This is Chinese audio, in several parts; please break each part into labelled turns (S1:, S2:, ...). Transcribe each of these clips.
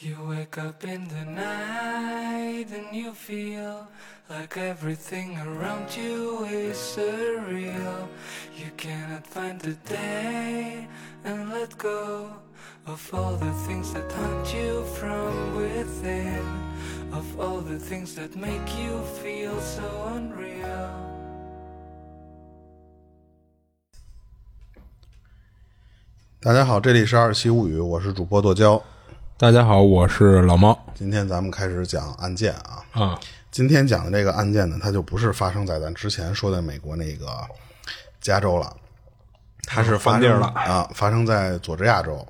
S1: You wake up in the night and you feel like everything around you is surreal. You cannot find the day and let go of all the things that haunt you from within, of all the things that make you feel so unreal.
S2: 大家好，这里是二七物语，我是主播剁椒。
S3: 大家好，我是老猫
S2: 今天咱们开始讲案件啊。
S3: 啊，
S2: 今天讲的这个案件呢，它就不是发生在咱之前说的美国那个加州了，它是发
S3: 换
S2: 生
S3: 地儿了
S2: 啊，发生在佐治亚州。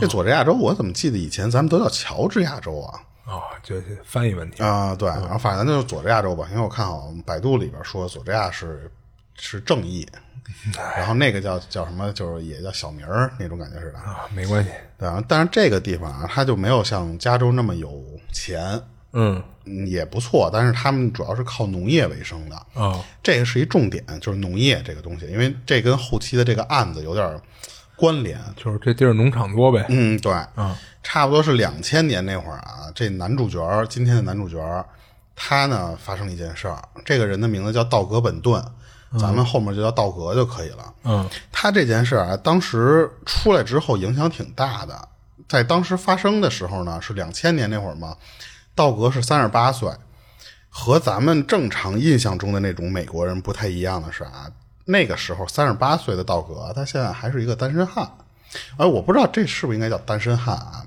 S2: 这佐治亚州，我怎么记得以前咱们都叫乔治亚州啊？
S3: 哦，就是翻译问题，
S2: 啊、对，然后反正就是佐治亚州吧，因为我看好像百度里边说佐治亚是是正义，
S3: 哎
S2: 然后那个叫叫什么，就是也叫小名儿那种感觉似的。
S3: 啊，没关系，
S2: 对啊，但是这个地方啊，它就没有像加州那么有钱，
S3: 嗯，
S2: 嗯也不错，但是他们主要是靠农业为生的。
S3: 哦，
S2: 这个是一重点，就是农业这个东西，因为这跟后期的这个案子有点关联。
S3: 就是这地儿农场多呗，
S2: 嗯，对，差不多是两千年那会儿啊，这男主角儿，今天的男主角儿，他呢发生了一件事儿，这个人的名字叫道格本顿，咱们后面就叫道格就可以了。
S3: 嗯，
S2: 他这件事儿啊，当时出来之后影响挺大的，在当时发生的时候呢，是两千年那会儿嘛，道格是三十八岁，和咱们正常印象中的那种美国人不太一样的是啊，那个时候三十八岁的道格，他现在还是一个单身汉，哎，我不知道这是不是应该叫单身汉啊？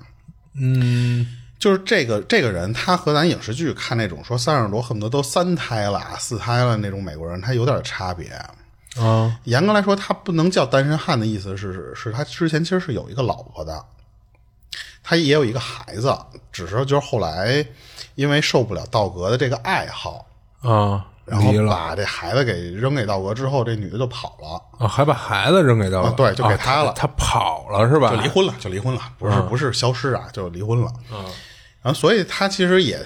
S3: 嗯，
S2: 就是这个这个人，他和咱影视剧看那种说三十多恨不得都三胎了、啊四胎了那种美国人，他有点差别。
S3: 啊，
S2: 严格来说，他不能叫单身汉的意思是，是他之前其实是有一个老婆的，他也有一个孩子，只是就是后来因为受不了道格的这个爱好，
S3: 啊，
S2: 然后
S3: 离了
S2: 把这孩子给扔给道格之后，这女的就跑了，
S3: 啊，还把孩子扔给到了，
S2: 啊对就给
S3: 啊
S2: 他了
S3: 他跑了是吧？嗯
S2: 就离婚了，就离婚了，不是不是消失啊，就离婚了。嗯，然后所以他其实也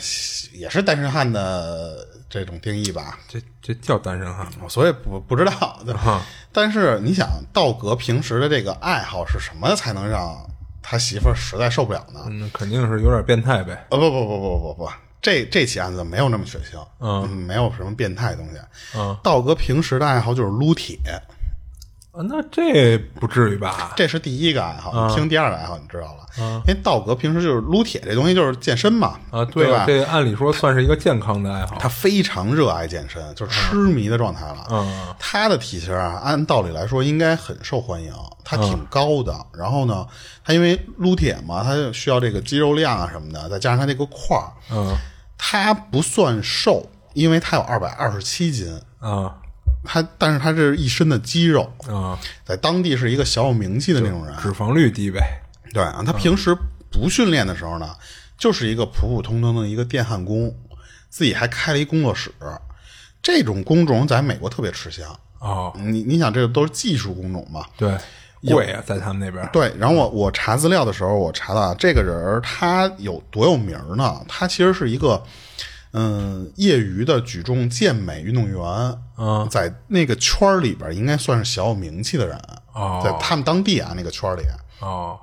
S2: 也是单身汉的这种定义吧，
S3: 这这叫单身汉吗？
S2: 所以不不知道。对
S3: 啊
S2: 但是你想，道格平时的这个爱好是什么，才能让他媳妇儿实在受不了呢？
S3: 嗯，肯定是有点变态呗，
S2: 呃、不不不不不不，这这起案子没有那么血腥，
S3: 嗯，
S2: 没有什么变态的东西。
S3: 嗯
S2: 道格平时的爱好就是撸铁，
S3: 啊，那这不至于吧？
S2: 这是第一个爱好。
S3: 嗯
S2: 你听第二个爱好，你知道了，因为道格平时就是撸铁这东西就是健身嘛，
S3: 啊，
S2: 对
S3: 啊，
S2: 吧？
S3: 这按理说算是一个健康的爱好，
S2: 他非常热爱健身，就是痴迷的状态了。
S3: 嗯，
S2: 他的体型啊，按道理来说应该很受欢迎，他
S3: 嗯
S2: 挺高的。然后呢，他因为撸铁嘛，他就需要这个肌肉量啊什么的，再加上他这个块儿，
S3: 嗯
S2: 他不算瘦，因为他有二百二十七斤，
S3: 啊
S2: 他但是他这一身的肌肉，
S3: 啊，
S2: 在当地是一个小有名气的那种人。啊
S3: 脂肪率低呗，
S2: 对啊，他
S3: 嗯
S2: 平时不训练的时候呢，就是一个普普通通的一个电焊工，自己还开了一工作室。这种工种在美国特别吃香，
S3: 哦，
S2: 你你想，这都是技术工种嘛？
S3: 对，贵啊，在他们那边，
S2: 对。然后我我查资料的时候，我查到啊这个人儿他有多有名儿呢？他其实是一个嗯业余的举重健美运动员，
S3: 嗯
S2: 在那个圈儿里边儿应该算是小有名气的人，
S3: 哦
S2: 在他们当地啊那个圈儿里。
S3: 哦，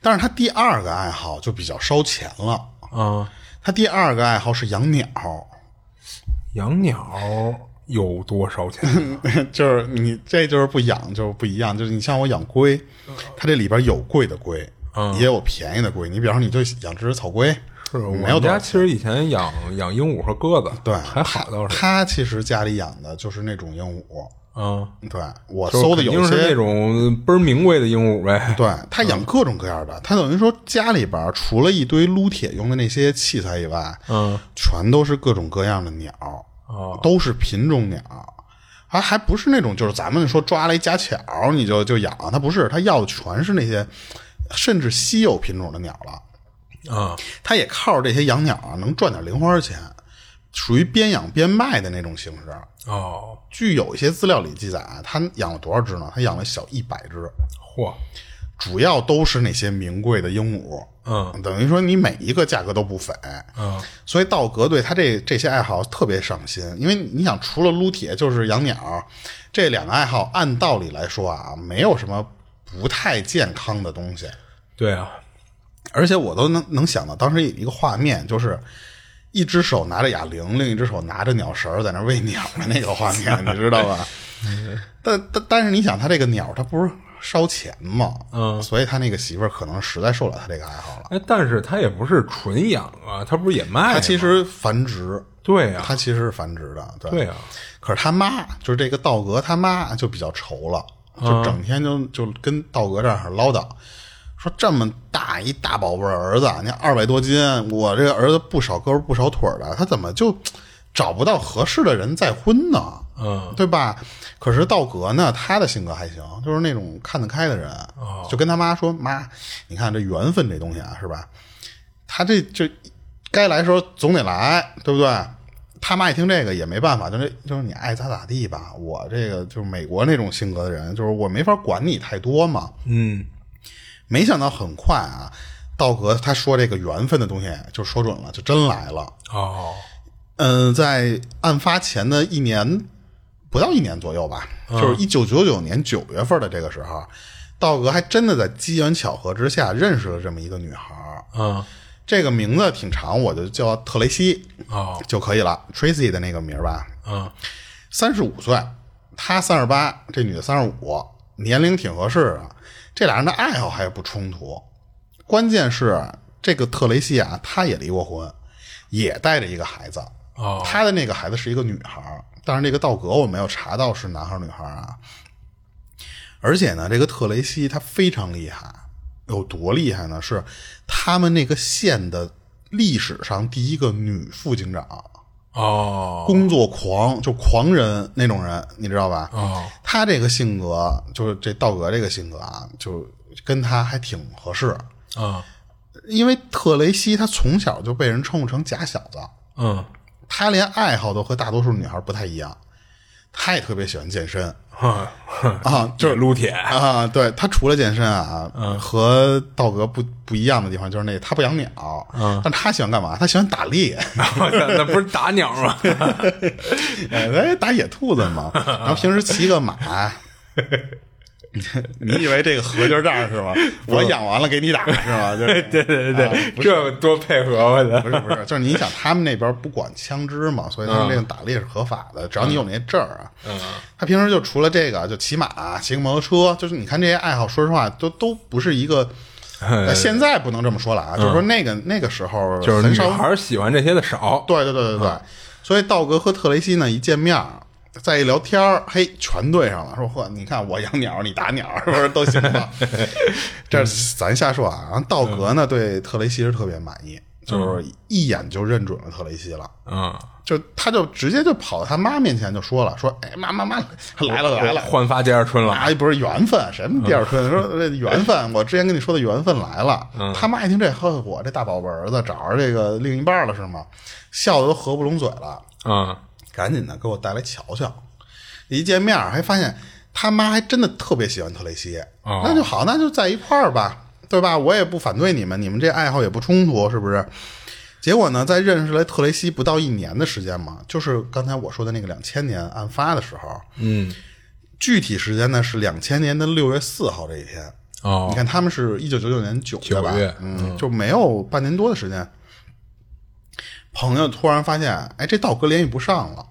S2: 但是他第二个爱好就比较烧钱了。
S3: 啊，
S2: 他第二个爱好是养鸟，
S3: 养鸟有多 少钱啊？
S2: 就是你这就是不养就是不一样，就是你像我养龟，它这里边有贵的龟，
S3: 嗯
S2: 也有便宜的龟。你比方说你就养只草龟，
S3: 是我
S2: 没有
S3: 们
S2: 多少
S3: 家
S2: 钱
S3: 其实以前养养鹦鹉和鸽子，
S2: 对，
S3: 还好倒是，
S2: 他其实家里养的就是那种鹦鹉，
S3: 嗯，
S2: 对我
S3: 就是
S2: 搜的有
S3: 肯定是那
S2: 些。
S3: 种倍儿名贵的鹦鹉呗，
S2: 对他养各种各样的，他等于说家里边除了一堆撸铁用的那些器材以外，
S3: 嗯，
S2: 全都是各种各样的鸟，
S3: 哦，
S2: 都是品种鸟，还还不是那种就是咱们说抓了一家巧你就就养，它不是，它要的全是那些甚至稀有品种的鸟了。
S3: 啊，
S2: 它也靠着这些养鸟啊，能赚点零花钱，属于边养边卖的那种形式。
S3: 哦，
S2: 据有一些资料里记载啊，他养了多少只呢？他养了小一百只，
S3: 嚯，
S2: 主要都是那些名贵的鹦鹉。
S3: 嗯
S2: 等于说你每一个价格都不菲。
S3: 嗯，
S2: 所以道格对他这这些爱好特别上心，因为你想，除了撸铁就是养鸟，这两个爱好按道理来说啊，没有什么不太健康的东西。
S3: 对啊，
S2: 而且我都能能想到当时有一个画面，就是一只手拿着哑铃，另一只手拿着鸟绳儿在那儿喂鸟的那个画面，你知道吧？ 但但但是你想，他这个鸟他不是烧钱吗？
S3: 嗯
S2: 所以他那个媳妇儿可能实在受不了他这个爱好了。
S3: 哎，但是它也不是纯养啊，它不是也卖吗？
S2: 他其实繁殖，
S3: 对呀、
S2: 他其实是繁殖的，对
S3: 对呀、啊
S2: 可是他妈就是这个道格他妈就比较愁了，就整天就就跟道格这儿唠叨，说这么大一大宝贝儿儿子，你二百多斤，我这个儿子不少胳膊不少腿儿的，他怎么就找不到合适的人再婚呢？
S3: 嗯，
S2: 对吧？可是道格呢，他的性格还行，就是那种看得开的人，就跟他妈说：“妈，你看这缘分这东西啊，是吧？他这这该来的时候总得来，对不对？”他妈一听这个也没办法，就是就是你爱咋咋地吧。我这个就是美国那种性格的人，就是我没法管你太多嘛。
S3: 嗯，
S2: 没想到很快啊，道格他说这个缘分的东西就说准了，就真来了。
S3: 哦，
S2: 嗯，在案发前的一年不到一年左右吧，就是一九九九年九月份的这个时候，道格还真的在机缘巧合之下认识了这么一个女孩儿。
S3: 嗯，
S2: 这个名字挺长，我就叫特雷西
S3: 哦，
S2: 就可以了，Tracy 的那个名儿吧。
S3: 嗯，
S2: 三十五岁，她三十八，这女的三十五，年龄挺合适的。这俩人的爱好还不冲突，关键是这个特雷西啊，她也离过婚，也带着一个孩子。
S3: 哦，
S2: 她的那个孩子是一个女孩儿，但是这个道格我没有查到是男孩儿女孩儿啊。而且呢，这个特雷西她非常厉害，有多厉害呢？是他们那个县的历史上第一个女副警长，
S3: 哦，
S2: 工作狂就狂人那种人，你知道吧？
S3: 哦，
S2: 她这个性格，就是这道格这个性格啊，就跟她还挺合适。
S3: 嗯，
S2: 因为特雷西她从小就被人称呼成假小子，
S3: 嗯，
S2: 她连爱好都和大多数女孩不太一样，她也特别喜欢健身
S3: 哼，哼
S2: 啊，就是
S3: 嗯撸铁，
S2: 啊，对她除了健身啊，和道格不不一样的地方就是那她不养鸟，但她喜欢干嘛？她喜欢打猎，
S3: 那不是打鸟吗？
S2: 哎，打野兔子 嘛，然后平时骑个马。 你以为这个河就是这样是吗？ 嗯我养完了给你打是吗？ 就是啊
S3: 对对对，这多配合我
S2: 不
S3: 的。
S2: 是不 是，就是你想他们那边不管枪支嘛，所以他们这
S3: 嗯
S2: 个打猎是合法的，只要你有那证儿啊。嗯，他平时就除了这个，就骑马、骑个摩托车，就是你看这些爱好，说实话都都不是一个。呃现在不能这么说了啊，就是说那个那个时候
S3: 哎 就是
S2: 很
S3: 女
S2: 少
S3: 孩儿喜欢这些的少，
S2: 对对对对对，所以道格和特雷西呢一见面儿，再一聊天儿，嘿，全对上了，说呵，你看 我养鸟，你打鸟，是不是都行吧？这是咱瞎说啊。然后道格呢对特雷西是特别满意，就是一眼就认准了特雷西了。
S3: 嗯，
S2: 就他就直接就跑到他妈面前就说了，说哎妈妈妈来了来了，
S3: 焕发第二春了。
S2: 啊，不是缘分，什么第二春？说这缘分，我之前跟你说的缘分来了。他妈一听这，呵，我这大宝贝儿子找着这个另一半了是吗？笑得都合不拢嘴了，
S3: 嗯，
S2: 赶紧的给我带来瞧瞧。一见面还发现他妈还真的特别喜欢特雷西，
S3: 哦
S2: 那就好，那就在一块儿吧，对吧？我也不反对你们，你们这爱好也不冲突，是不是？结果呢，在认识了特雷西不到一年的时间嘛，就是刚才我说的那个两千年案发的时候，
S3: 嗯，
S2: 具体时间呢是两千年的六月四号这一天。
S3: 哦
S2: 你，看他们是一九九九年九月吧
S3: 九月
S2: 嗯，就没有半年多的时间。朋友突然发现，哎，这道格联系不上了。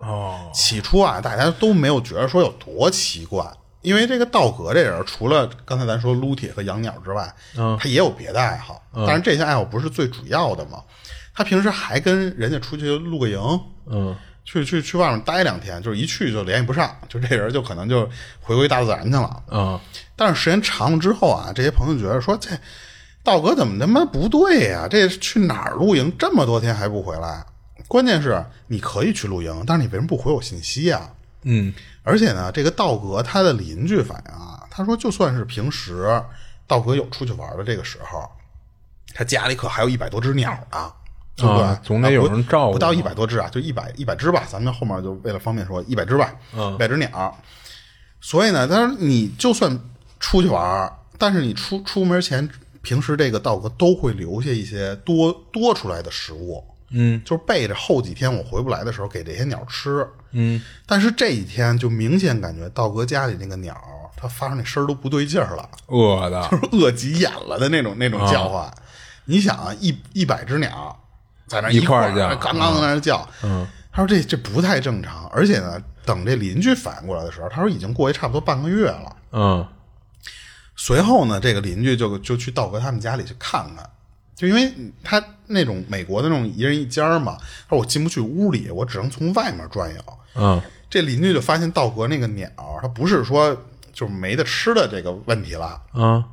S3: 哦，
S2: 起初啊，大家都没有觉得说有多奇怪，因为这个道格这人，除了刚才咱说撸铁和养鸟之外，
S3: 嗯
S2: 他也有别的爱好，但是这些爱好不是最主要的嘛。他平时还跟人家出去露个营，
S3: 嗯，
S2: 去去去外面待两天，就是一去就联系不上，就这人就可能就回归大自然去了。
S3: 嗯，
S2: 但是时间长了之后啊，这些朋友觉得说这道格怎么他妈不对呀、这去哪儿露营这么多天还不回来？关键是你可以去露营，但是你为什么不回我信息呀、
S3: 嗯，
S2: 而且呢，这个道格他的邻居反映啊，他说就算是平时道格有出去玩的这个时候，他家里可还有一百多只鸟呢，对不对？
S3: 啊总得有人照顾
S2: 不到
S3: 嘛
S2: 一百多只啊，就一百一百只吧，咱们后面就为了方便说一百只吧，
S3: 嗯
S2: 一百只鸟。所以呢，他说你就算出去玩，但是你出出门前，平时这个道格都会留下一些多多出来的食物，
S3: 嗯，
S2: 就是备着后几天我回不来的时候给这些鸟吃，嗯。但是这几天就明显感觉道格家里那个鸟，它发出那声儿都不对劲儿了，
S3: 饿的，
S2: 饿急眼了的那种那种叫唤。你想啊，一一百只鸟在那
S3: 一
S2: 块
S3: 块儿叫
S2: 刚刚在那儿叫，嗯，他说这这不太正常，而且呢，等这邻居反应过来的时候，他说已经过去差不多半个月了。
S3: 嗯
S2: 随后呢，这个邻居就就去道格他们家里去看看，就因为他那种美国的那种一人一间儿嘛，他说我进不去屋里，我只能从外面转悠。
S3: 嗯
S2: 这邻居就发现道格那个鸟，它不是说就是没得吃的这个问题了，
S3: 嗯，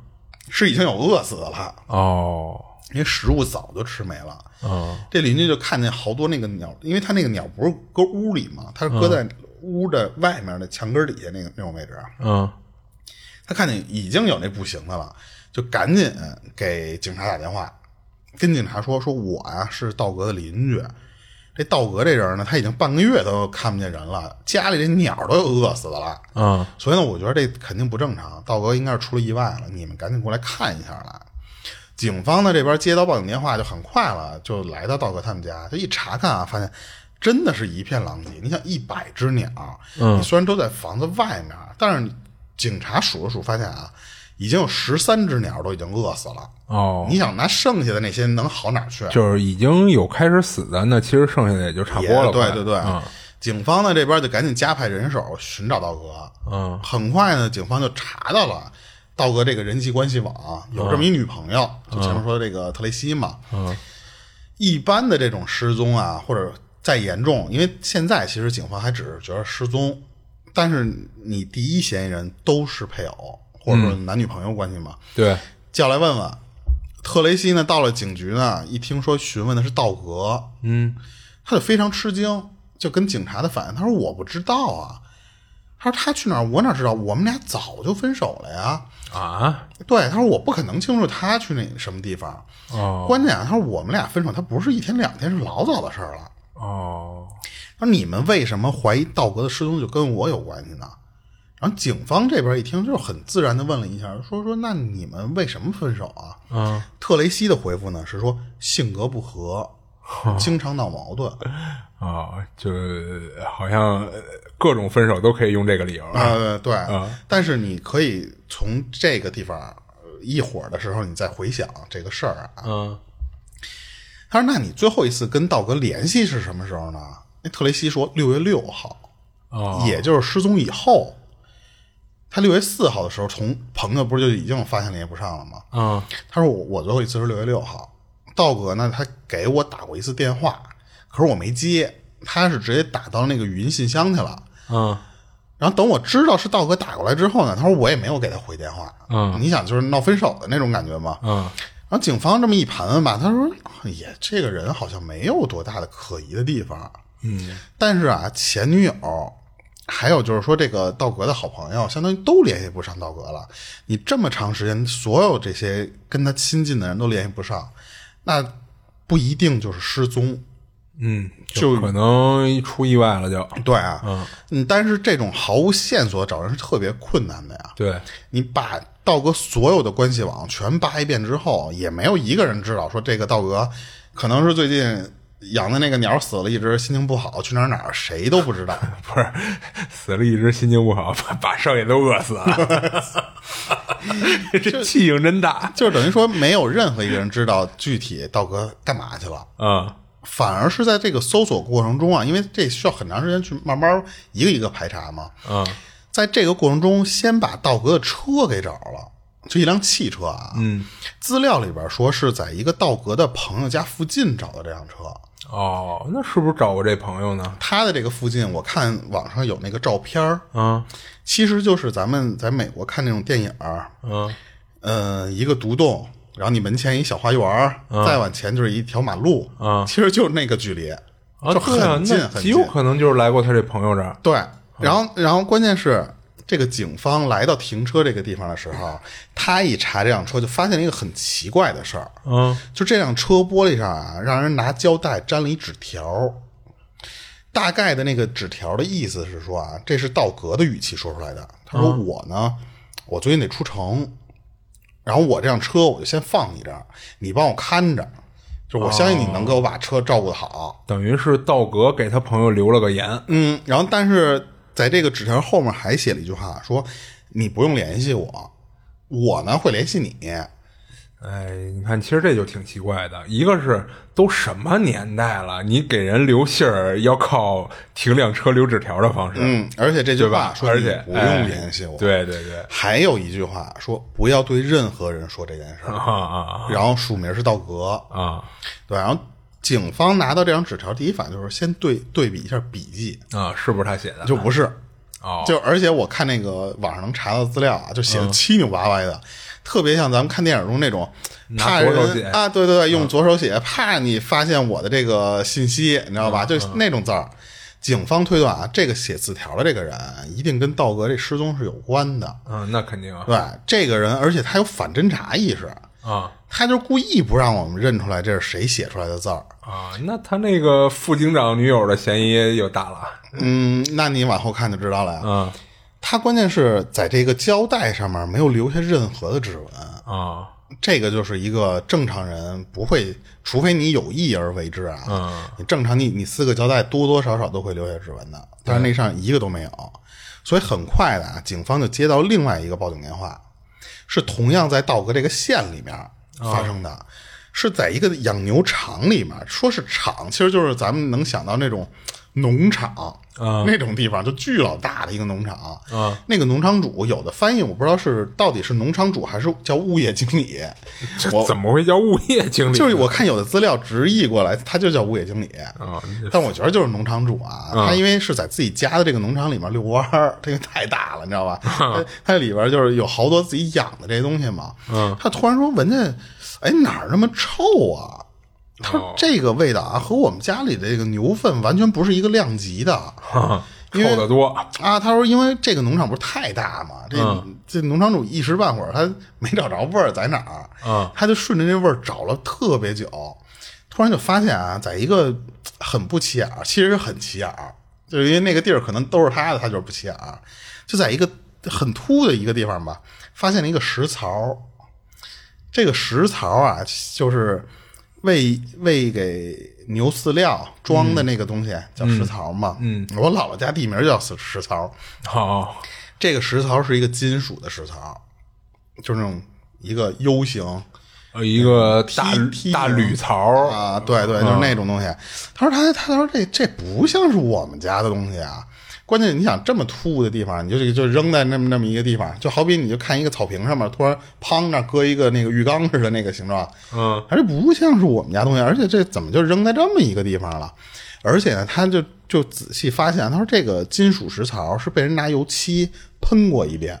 S2: 是已经有饿死的了，
S3: 哦，
S2: 因为食物早就吃没了。
S3: 嗯
S2: 这邻居就看见好多那个鸟，因为它那个鸟不是搁屋里嘛，它是搁在屋的外面的墙根底下那个那种位置啊。
S3: 嗯
S2: 他看见已经有那不行的了，就赶紧给警察打电话，跟警察说：“说我呀、是道格的邻居，这道格这人呢，他已经半个月都看不见人了，家里这鸟都饿死的了，
S3: 嗯
S2: 所以呢，我觉得这肯定不正常，道格应该是出了意外了，你们赶紧过来看一下来。”警方呢这边接到报警电话就很快了，就来到道格他们家，就一查看啊，发现真的是一片狼藉。你想一百只鸟，
S3: 嗯
S2: 你虽然都在房子外面，但是你警察数了数，发现啊，已经有十三只鸟都已经饿死了。
S3: 哦，
S2: 你想那剩下的那些能好哪儿去？啊
S3: 就是已经有开始死的，那其实剩下的也就差不
S2: 也
S3: 多了快。
S2: 对对对，
S3: 嗯
S2: 警方呢这边就赶紧加派人手寻找道格。
S3: 嗯
S2: 很快呢，警方就查到了道格这个人际关系网有这么一女朋友，就前面说的这个特雷西嘛。
S3: 嗯
S2: 一般的这种失踪啊，或者再严重，因为现在其实警方还只是觉得失踪，但是你第一嫌疑人都是配偶或者说
S3: 嗯
S2: 男女朋友关系嘛，
S3: 对，
S2: 叫来问问。特雷西呢，到了警局呢，一听说询问的是道格，
S3: 嗯
S2: 他就非常吃惊，就跟警察的反映，他说我不知道啊，他说他去哪儿我哪知道，我们俩早就分手了呀。
S3: 啊
S2: 对，他说我不可能清楚他去那什么地方，
S3: 哦
S2: 关键啊，他说我们俩分手，他不是一天两天，是老早的事儿了。
S3: 哦
S2: 他说你们为什么怀疑道格的失踪就跟我有关系呢？然后警方这边一听，就很自然的问了一下，说说那你们为什么分手啊？
S3: 嗯
S2: 特雷西的回复呢是说性格不合，经常闹矛盾。
S3: 哦，就好像呃各种分手都可以用这个理由。
S2: 呃，对，但是你可以从这个地方呃一会儿的时候，你再回想这个事儿啊。
S3: 嗯
S2: 他说：“那你最后一次跟道格联系是什么时候呢？”那特雷西说：“六月六号，
S3: 哦
S2: 也就是失踪以后。”他六月四号的时候，从朋友不是就已经发现联系不上了吗？
S3: 嗯
S2: 他说我我最后一次是六月六号，道格呢他给我打过一次电话，可是我没接，他是直接打到那个语音信箱去了。
S3: 嗯
S2: 然后等我知道是道哥打过来之后呢，他说我也没有给他回电话。
S3: 嗯
S2: 你想就是闹分手的那种感觉嘛。
S3: 嗯
S2: 然后警方这么一盘问吧，他说也这个人好像没有多大的可疑的地方。啊
S3: 嗯
S2: 但是啊，前女友，还有就是说这个道格的好朋友，相当于都联系不上道格了。你这么长时间，所有这些跟他亲近的人都联系不上，那不一定就是失踪。
S3: 嗯，
S2: 就
S3: 可能出意外了就。
S2: 对啊，嗯，但是这种毫无线索找人是特别困难的呀。
S3: 对，
S2: 你把道格所有的关系网全扒一遍之后，也没有一个人知道说这个道格可能是最近养的那个鸟死了一只，心情不好去哪儿哪儿，谁都不知道。
S3: 不是 死了一只，心情不好，把把剩下都饿死了。 这气性真大。
S2: 就是等于说没有任何一个人知道具体道格干嘛去了，
S3: 嗯
S2: 反而是在这个搜索过程中啊，因为这需要很长时间去慢慢一个一个排查嘛，
S3: 嗯
S2: 在这个过程中，先把道格的车给找了，就一辆汽车啊，
S3: 嗯，
S2: 资料里边说是在一个道格的朋友家附近找到这辆车，
S3: 哦，那是不是找过这朋友呢？
S2: 他的这个附近，我看网上有那个照片儿
S3: 嗯
S2: 其实就是咱们在美国看那种电影儿
S3: 嗯
S2: 呃，一个独栋，然后你门前一小花园儿，再往前就是一条马路，
S3: 嗯
S2: 其实就是那个距离，
S3: 啊，
S2: 就
S3: 对啊
S2: 很，近、
S3: 那
S2: 很
S3: 极
S2: 近
S3: 有。可能就是来过他这朋友这儿。
S2: 对，然后然后关键是这个警方来到停车这个地方的时候，他一查这辆车，就发现了一个很奇怪的事儿，
S3: 嗯
S2: 就这辆车玻璃上啊，让人拿胶带粘了一纸条。大概的那个纸条的意思是说啊，这是道格的语气说出来的。他说我呢，我最近得出城，然后我这辆车我就先放你这儿，你帮我看着，就我相信你能给我把车照顾得好。
S3: 等于是道格给他朋友留了个言。
S2: 嗯，然后但是在这个纸条后面还写了一句话，说你不用联系我，我呢会联系你。
S3: 哎，你看，其实这就挺奇怪的。一个是都什么年代了，你给人留信儿要靠停辆车留纸条的方式，
S2: 嗯，而且这句
S3: 对
S2: 话
S3: 吧？
S2: 说
S3: 而
S2: 你
S3: 且
S2: 不用联系我。
S3: 哎，对对对，
S2: 还有一句话说不要对任何人说这件事
S3: 啊
S2: 儿，
S3: 啊
S2: 然后署名是道格，
S3: 啊啊
S2: 对，然后警方拿到这张纸条，第一反应就是先对对比一下笔记，
S3: 啊！是不是他写的？
S2: 就不是，
S3: 哦，嗯
S2: 就而且我看那个网上能查到资料啊，就写的七扭八歪的，特别像咱们看电影中那种
S3: 拿
S2: 怕
S3: 左手写嗯
S2: 人啊，对对对，用左手写，怕你发现我的这个信息，你知道吧？
S3: 嗯
S2: 就那种字儿。警方推断啊，这个写字条的这个人一定跟道格这失踪是有关的。
S3: 嗯，那肯定啊
S2: 对，这个人，而且他有反侦查意识，
S3: 啊
S2: 他就故意不让我们认出来这是谁写出来的字儿。
S3: 啊！那他那个副警长女友的嫌疑又大了。
S2: 嗯，那你往后看就知道了啊呀。
S3: 嗯
S2: 他关键是在这个胶带上面没有留下任何的指纹，
S3: 啊
S2: 这个就是一个正常人不会，除非你有意而为之啊。
S3: 嗯
S2: 你正常你你撕个胶带，多多少少都会留下指纹的，但是那上一个都没有，所以很快的啊，警方就接到另外一个报警电话，是同样在道格这个县里面发生的，是在一个养牛场里面，说是场，其实就是咱们能想到那种农场。
S3: 啊
S2: 那种地方就巨老大的一个农场，
S3: 啊
S2: 那个农场主有的翻译我不知道是到底是农场主还是叫物业经理，
S3: 这
S2: 我
S3: 怎么会叫物业经理 呢？
S2: 就是我看有的资料直译过来，他就叫物业经理。
S3: 啊，
S2: 但我觉得就是农场主啊，
S3: 嗯
S2: 他因为是在自己家的这个农场里面遛弯儿，这个太大了，你知道吧？他 他里边就是有好多自己养的这些东西嘛。
S3: 嗯，
S2: 他突然说闻见，哎哪儿那么臭啊？他说
S3: 哦
S2: 这个味道啊，和我们家里的这个牛粪完全不是一个量级的。
S3: 啊臭
S2: 因为
S3: 得多。
S2: 啊，他说因为这个农场不是太大嘛，这、
S3: 嗯
S2: 这农场主一时半会儿他没找着味儿在哪儿，
S3: 嗯
S2: 他就顺着这味儿找了特别久，突然就发现啊，在一个很不起眼儿，其实很起眼儿，就是因为那个地儿可能都是他的，他就是不起眼儿，就在一个很秃的一个地方吧，发现了一个石槽。这个食槽啊，就是喂喂给牛饲料装
S3: 嗯
S2: 的那个东西、叫食槽嘛。嗯，我姥姥家地名叫食食槽。
S3: 哦
S2: 这个食槽是一个金属的食槽，就是那种一个 U 型
S3: 呃一个大
S2: 梯梯
S3: 大
S2: 形
S3: 铝槽
S2: 啊，对对，就是那种东西。他说他他说这这不像是我们家的东西啊。关键你想这么突兀的地方，你就就扔在那么那么一个地方，就好比你就看一个草坪上面，突然砰那儿搁一个那个浴缸似的那个形状，
S3: 嗯
S2: 而这不像是我们家东西，而且这怎么就扔在这么一个地方了？而且呢，他就就仔细发现，他说这个金属石槽是被人拿油漆喷过一遍，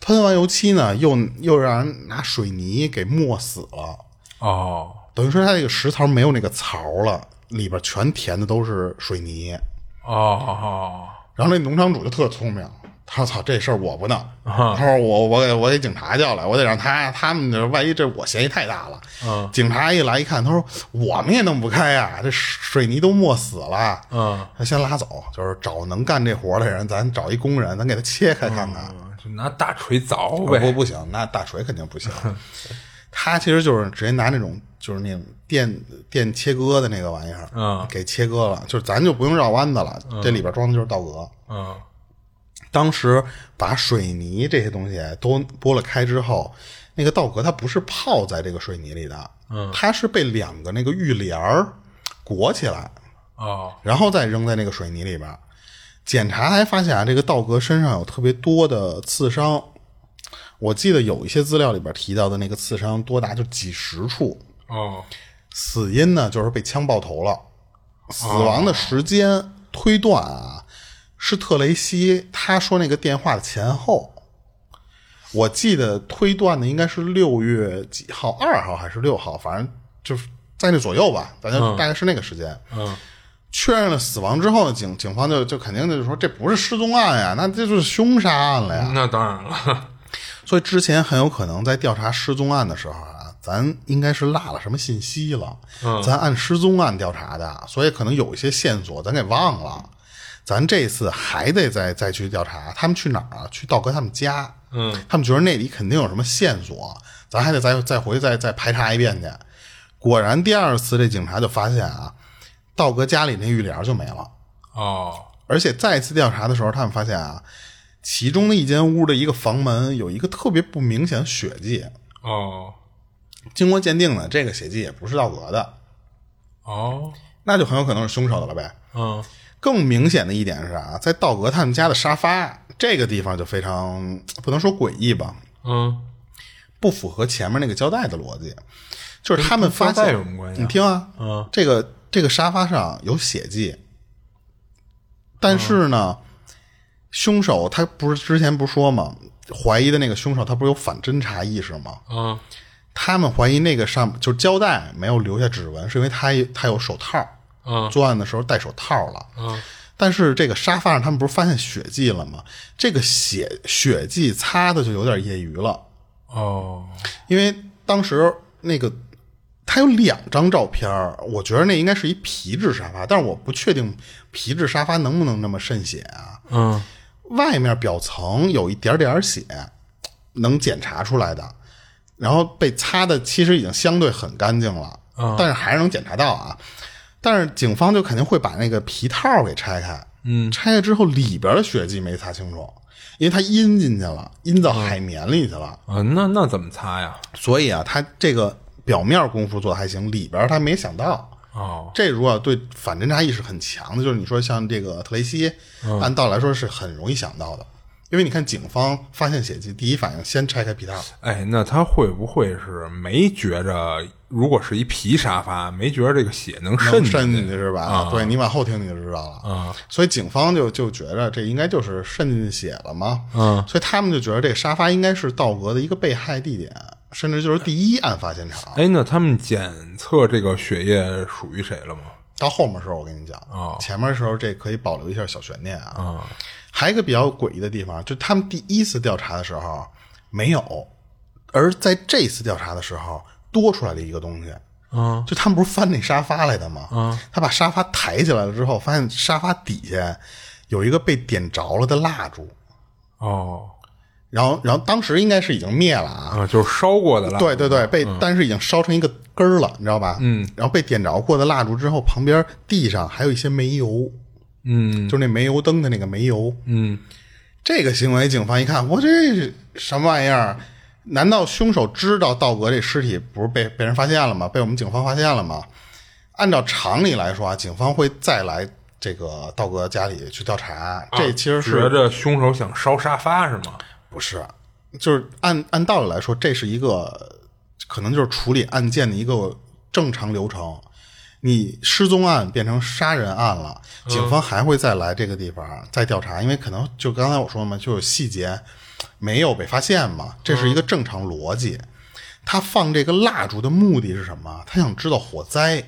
S2: 喷完油漆呢，又又让人拿水泥给磨死了，
S3: 哦
S2: 等于说他这个石槽没有那个槽了，里边全填的都是水泥。
S3: 哦哦
S2: 然后那农场主就特聪明，他说：“操，这事儿我不弄。”
S3: 啊
S2: 他说：“我我给我给警察叫来，我得让他他们这万一这我嫌疑太大了。
S3: 嗯
S2: 警察一来一看，他说：“我们也弄不开呀、这水泥都没死了。”
S3: 嗯，
S2: 他先拉走，就是找能干这活的人，咱找一工人，咱给他切开看看。
S3: 嗯就拿大锤凿
S2: 不
S3: 呗。
S2: 不行，那大锤肯定 不行。他其实就是直接拿那种就是那种电电切割的那个玩意儿，
S3: 嗯
S2: 给切割了，就是咱就不用绕弯子了，这里边装的就是道格。
S3: 嗯
S2: 当时把水泥这些东西都剥了开之后，那个稻壳它不是泡在这个水泥里的，嗯，它是被两个那个浴帘儿裹起来，
S3: 哦
S2: 然后再扔在那个水泥里边儿。检查还发现啊，这个道格身上有特别多的刺伤，我记得有一些资料里边提到的那个刺伤多达就几十处，
S3: 哦
S2: 死因呢就是被枪爆头了，死亡的时间推断啊是特雷西他说那个电话的前后，我记得推断的应该是六月几号，二号还是六号，反正就是在那左右吧，咱就大概是那个时间。
S3: 嗯
S2: 确认了死亡之后，警警方就就肯定就是说这不是失踪案呀，那这就是凶杀案了呀。
S3: 那当然了。
S2: 所以之前很有可能在调查失踪案的时候啊，咱应该是落了什么信息了，咱按失踪案调查的，所以可能有一些线索咱给忘了。咱这次还得再再去调查，他们去哪儿啊？去道哥他们家，
S3: 嗯，
S2: 他们觉得那里肯定有什么线索，咱还得再再回再再排查一遍去。果然，第二次这警察就发现啊，道哥家里那浴帘就没了。
S3: 哦
S2: 而且再次调查的时候，他们发现啊，其中的一间屋的一个房门有一个特别不明显的血迹，
S3: 哦
S2: 经过鉴定呢，这个血迹也不是道格的，
S3: 哦，
S2: 那就很有可能是凶手了呗。
S3: 嗯，
S2: 更明显的一点是啊，在道格他们家的沙发这个地方就非常不能说诡异吧，
S3: 嗯，
S2: 不符合前面那个胶带的逻辑，就是他们发
S3: 跟胶带
S2: 现
S3: 有什么关系啊
S2: 你听啊，
S3: 嗯，
S2: 这个这个沙发上有血迹，但是呢，凶手他不是之前不是说吗？怀疑的那个凶手他不是有反侦查意识吗？
S3: 嗯，
S2: 他们怀疑那个上就是胶带没有留下指纹，是因为他他有手套，
S3: 嗯，
S2: 作案的时候戴手套了，
S3: 嗯，
S2: 但是这个沙发上他们不是发现血迹了吗？这个血血迹擦的就有点业余了，
S3: 哦，
S2: 因为当时那个他有两张照片儿，我觉得那应该是一皮质沙发，但是我不确定皮质沙发能不能那么渗血啊。
S3: 嗯，
S2: 外面表层有一点点儿血，能检查出来的，然后被擦的其实已经相对很干净了，但是还是能检查到啊。但是警方就肯定会把那个皮套给拆开，嗯，拆开之后里边的血迹没擦清楚，因为它阴进去了，阴到海绵里去了，
S3: 啊，那那怎么擦呀？
S2: 所以啊，他这个表面功夫做的还行，里边他没想到。
S3: 哦，
S2: 这如果对反侦查意识很强的，就是你说像这个特雷西，
S3: 嗯
S2: 按道理来说是很容易想到的，因为你看警方发现血迹，第一反应先拆开皮套，
S3: 哎，那他会不会是没觉着？如果是一皮沙发，没觉着这个血能渗
S2: 能
S3: 进
S2: 渗进
S3: 去
S2: 去是吧？对你往后听你就知道了。
S3: 啊？
S2: 所以警方就就觉着这应该就是渗进血了嘛，
S3: 嗯，
S2: 所以他们就觉得这个沙发应该是道格的一个被害地点，甚至就是第一案发现场。
S3: 哎，那他们检测这个血液属于谁了吗？
S2: 到后面的时候我跟你讲，
S3: 哦
S2: 前面的时候这可以保留一下小悬念啊。
S3: 啊，
S2: 还有一个比较诡异的地方，就他们第一次调查的时候没有，而在这次调查的时候多出来了一个东西。
S3: 嗯，
S2: 就他们不是翻那沙发来的吗？他把沙发抬起来了之后，发现沙发底下有一个被点着了的蜡烛，
S3: 哦，
S2: 然后，然后当时应该是已经灭了啊，
S3: 啊，就是烧过的了。嗯
S2: 对对对，被、但是已经烧成一个根儿了，你知道吧？嗯，然后被点着过的蜡烛之后，旁边地上还有一些煤油，
S3: 嗯
S2: 就是那煤油灯的那个煤油，
S3: 嗯，
S2: 这个行为，警方一看，我这是什么玩意儿？难道凶手知道道格这尸体不是被被人发现了吗？被我们警方发现了吗？按照常理来说啊，警方会再来这个道格家里去调查。这其实是、
S3: 觉着凶手想烧沙发是吗？
S2: 不是？就是按按道理来说，这是一个可能就是处理案件的一个正常流程。你失踪案变成杀人案了，警
S3: 嗯
S2: 方还会再来这个地方再调查，因为可能就刚才我说嘛，就有细节没有被发现嘛，这是一个
S3: 嗯
S2: 正常逻辑。他放这个蜡烛的目的是什么？他想知道火灾，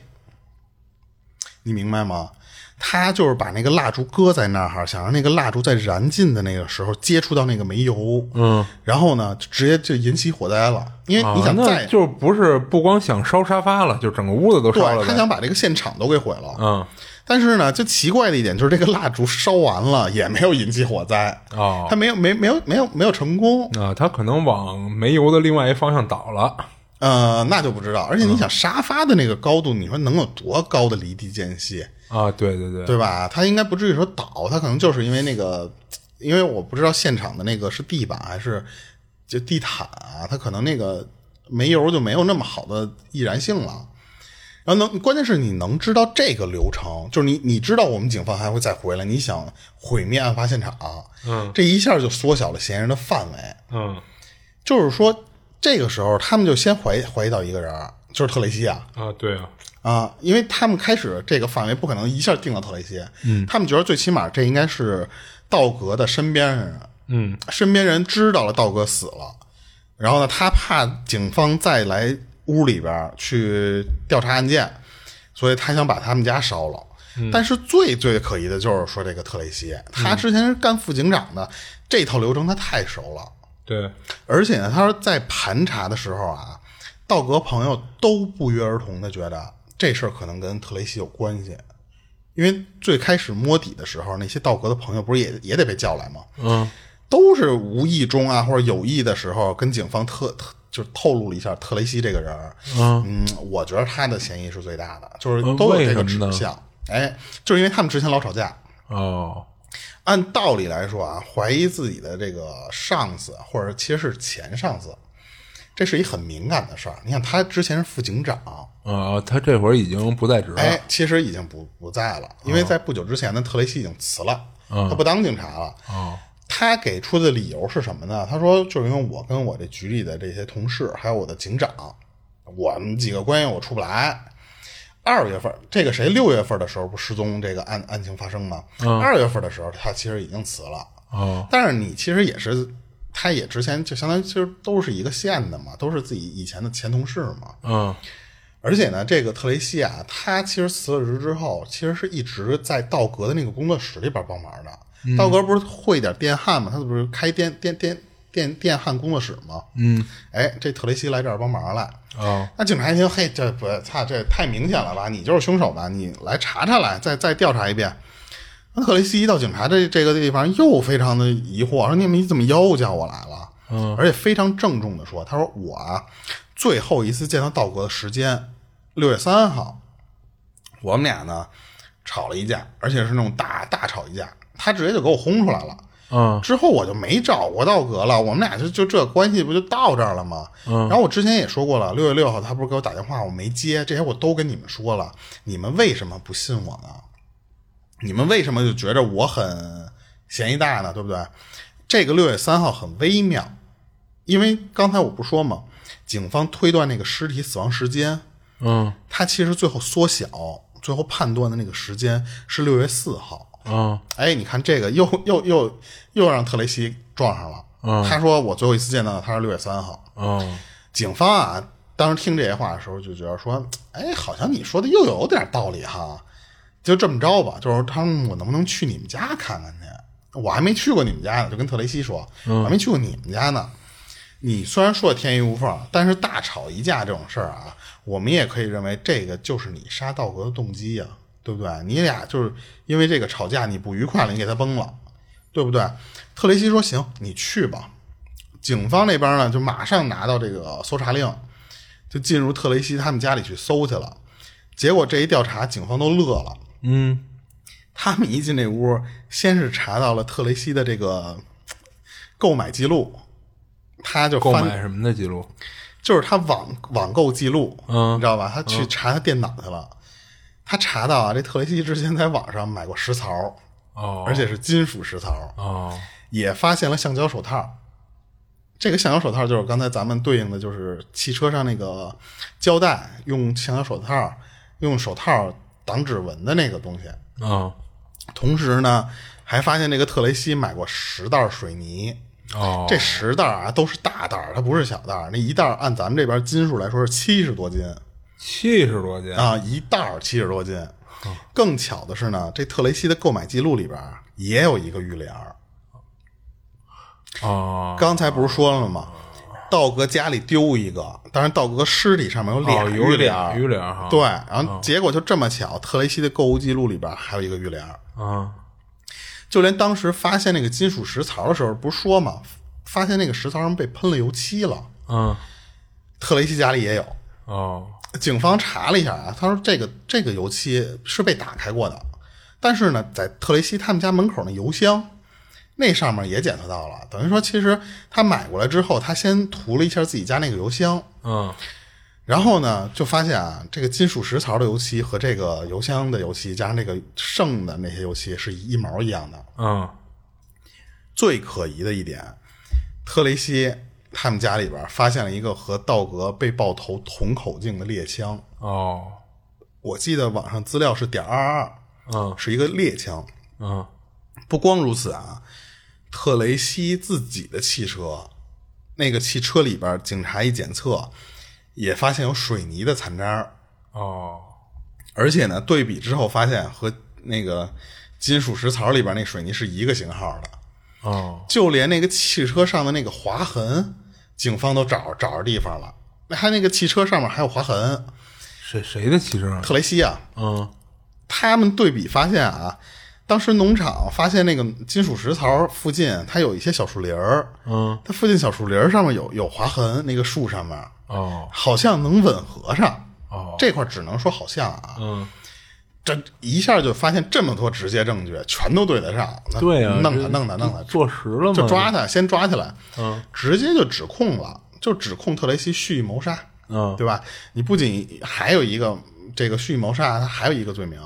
S2: 你明白吗？他就是把那个蜡烛搁在那儿，想让那个蜡烛在燃尽的那个时候接触到那个煤油，嗯，然后呢，就直接就引起火灾了。因为你
S3: 啊
S2: 想再、
S3: 那就不是不光想烧沙发了，就整个屋子都烧了
S2: 对，
S3: 呗。
S2: 他想把这个现场都给毁了。
S3: 嗯，
S2: 但是呢，就奇怪的一点就是这个蜡烛烧完了也没有引起火灾，
S3: 哦
S2: 他没有没没有没有没有成功，
S3: 啊，他可能往煤油的另外一方向倒了。
S2: 呃，那就不知道。而且你想沙发的那个高度，你说能有多高的离地间隙，
S3: 啊，对对对，
S2: 对吧？他应该不至于说倒，他可能就是因为那个，因为我不知道现场的那个是地板还是就地毯啊，他可能那个煤油就没有那么好的易燃性了。然后能，关键是你能知道这个流程，就是你你知道我们警方还会再回来，你想毁灭案发现场，嗯，这一下就缩小了嫌疑人的范围，
S3: 嗯
S2: 就是说这个时候他们就先怀疑怀疑到一个人儿，就是特雷西啊，
S3: 啊，对啊，
S2: 啊，因为他们开始这个范围不可能一下定到特雷西，嗯，他们觉得最起码这应该是道格的身边人，啊
S3: 嗯，
S2: 身边人知道了道格死了，然后呢，他怕警方再来屋里边儿去调查案件，所以他想把他们家烧了。但是最最可疑的就是说这个特雷西，他之前是干副警长的，这套流程他太熟了，
S3: 对，
S2: 而且呢，他说在盘查的时候啊，道格朋友都不约而同的觉得这事儿可能跟特雷西有关系，因为最开始摸底的时候，那些道格的朋友不是也也得被叫来吗？
S3: 嗯，
S2: 都是无意中啊或者有意的时候跟警方特特就透露了一下特雷西这个人儿。嗯，我觉得他的嫌疑是最大的，就是
S3: 嗯
S2: 都有这个
S3: 为什
S2: 指
S3: 么呢
S2: 向。哎，就是因为他们之前老吵架，
S3: 哦，
S2: 按道理来说啊，怀疑自己的这个上司，或者其实是前上司，这是一很敏感的事儿。你看他之前是副警长，
S3: 啊，他这会儿已经不在职了。
S2: 哎，其实已经不不在了，因为在不久之前呢，特雷西已经辞了，他不当警察了。
S3: 哦
S2: 他给出的理由是什么呢？他说，就是因为我跟我这局里的这些同事，还有我的警长，我们几个关系我出不来。二月份，这个谁六月份的时候不失踪这个案案情发生吗？二、月份的时候，他其实已经辞了。
S3: 哦
S2: 但是你其实也是，他也之前就相当于其实都是一个县的嘛，都是自己以前的前同事嘛。
S3: 嗯
S2: 而且呢，这个特雷西啊，他其实辞了职之后，其实是一直在道格的那个工作室里边帮忙的。道格不是会一点电焊吗？他不是开电电电电电焊工作室吗？嗯，哎，这特雷西来这儿帮忙来。
S3: 哦
S2: 那警察一听，嘿，这不，操，这太明显了吧？你就是凶手吧？你来查查来，再再调查一遍。那特雷西一到警察这这个地方，又非常的疑惑，说你们怎么又叫我来了？嗯，而且非常郑重的说，他说我啊，最后一次见到道格的时间，六月三号，我们俩呢吵了一架，而且是那种大大吵一架，他直接就给我轰出来了。
S3: 嗯
S2: 之后我就没找过道格了，我们俩就就这关系不就到这儿了吗？然后我之前也说过了，六月六号他不是给我打电话，我没接，这些我都跟你们说了，你们为什么不信我呢？你们为什么就觉着我很嫌疑大呢？对不对？这个六月三号很微妙，因为刚才我不说嘛，警方推断那个尸体死亡时间，
S3: 嗯
S2: 它其实最后缩小，最后判断的那个时间是六月四号。
S3: 嗯
S2: 哎，你看这个又又又又让特雷西撞上了。他说我最后一次见到他是六月三号。
S3: 嗯
S2: 警方啊，当时听这些话的时候就觉得说，哎，好像你说的又有点道理哈。就这么着吧，就是他们我能不能去你们家看看去？我还没去过你们家呢，就跟特雷西说，我还没去过你们家呢。你虽然说天衣无缝，但是大吵一架这种事儿啊，我们也可以认为这个就是你杀道格的动机呀、对不对？你俩就是因为这个吵架，你不愉快了，你给他崩了，对不对？特雷西说：“行，你去吧。”警方那边呢，就马上拿到这个搜查令，就进入特雷西他们家里去搜去了。结果这一调查，警方都乐了。
S3: 嗯
S2: 他们一进这屋，先是查到了特雷西的这个购买记录，他就
S3: 购
S2: 翻
S3: 买什么的记录？
S2: 就是他网网购记录，
S3: 嗯
S2: 你知道吧？他去查他电脑去了，他查到啊，这特雷西之前在网上买过食槽，
S3: 哦，
S2: 而且是金属食槽，
S3: 哦
S2: 也发现了橡胶手套。这个橡胶手套就是刚才咱们对应的，就是汽车上那个胶带，用橡胶手套，用手套挡指纹的那个东西。
S3: 嗯
S2: 同时呢，还发现这个特雷西买过十袋水泥，
S3: 哦
S2: 这十袋啊都是大袋儿，它不是小袋儿。那一袋儿按咱们这边斤数来说是七十多斤
S3: 七十多斤
S2: 啊，一袋儿七十多斤。更巧的是呢，这特雷西的购买记录里边儿也有一个浴帘儿。
S3: 哦
S2: 刚才不是说了吗？道格家里丢一个，当然道格尸体上面有俩
S3: 哦有
S2: 浴帘
S3: 俩啊嗯
S2: 儿，
S3: 鱼脸儿哈
S2: 对，然后结果就这么巧，特雷西的购物记录里边儿还有一个浴帘儿。
S3: 啊
S2: 就连当时发现那个金属石槽的时候，不是说嘛，发现那个石槽上被喷了油漆了，
S3: 嗯
S2: 特雷西家里也有。
S3: 哦
S2: 警方查了一下啊，他说这个这个油漆是被打开过的，但是呢，在特雷西他们家门口那油箱那上面也检测到了，等于说其实他买过来之后，他先涂了一下自己家那个油箱，
S3: 嗯
S2: 然后呢，就发现啊，这个金属石槽的油漆和这个油箱的油漆加上这个剩的那些油漆是一毛一样的。
S3: 嗯
S2: 最可疑的一点，特雷西他们家里边发现了一个和道格被爆头同口径的猎枪，
S3: 哦
S2: 我记得网上资料是点二二，
S3: 嗯
S2: 是一个猎枪。
S3: 嗯
S2: 不光如此啊，特雷西自己的汽车，那个汽车里边，警察一检测，也发现有水泥的残渣儿，
S3: 哦
S2: 而且呢，对比之后发现和那个金属石槽里边那水泥是一个型号的。
S3: 哦
S2: 就连那个汽车上的那个划痕，警方都找找着地方了。那他那个汽车上面还有划痕，
S3: 谁谁的汽车啊？
S2: 特雷西啊，
S3: 嗯
S2: 他们对比发现啊，当时农场发现那个金属石槽附近，它有一些小树林儿，
S3: 嗯
S2: 它附近小树林儿上面有有划痕，那个树上面
S3: 哦
S2: 好像能吻合上。
S3: 哦
S2: 这块只能说好像啊，
S3: 嗯
S2: 这一下就发现这么多直接证据，全都对得上。那
S3: 对啊，
S2: 弄他
S3: 这
S2: 弄他弄他，
S3: 坐实了吗？
S2: 就抓他，先抓起来，
S3: 嗯
S2: 直接就指控了，就指控特雷西蓄意谋杀，
S3: 嗯
S2: 对吧？你不仅还有一个这个蓄意谋杀，他还有一个罪名，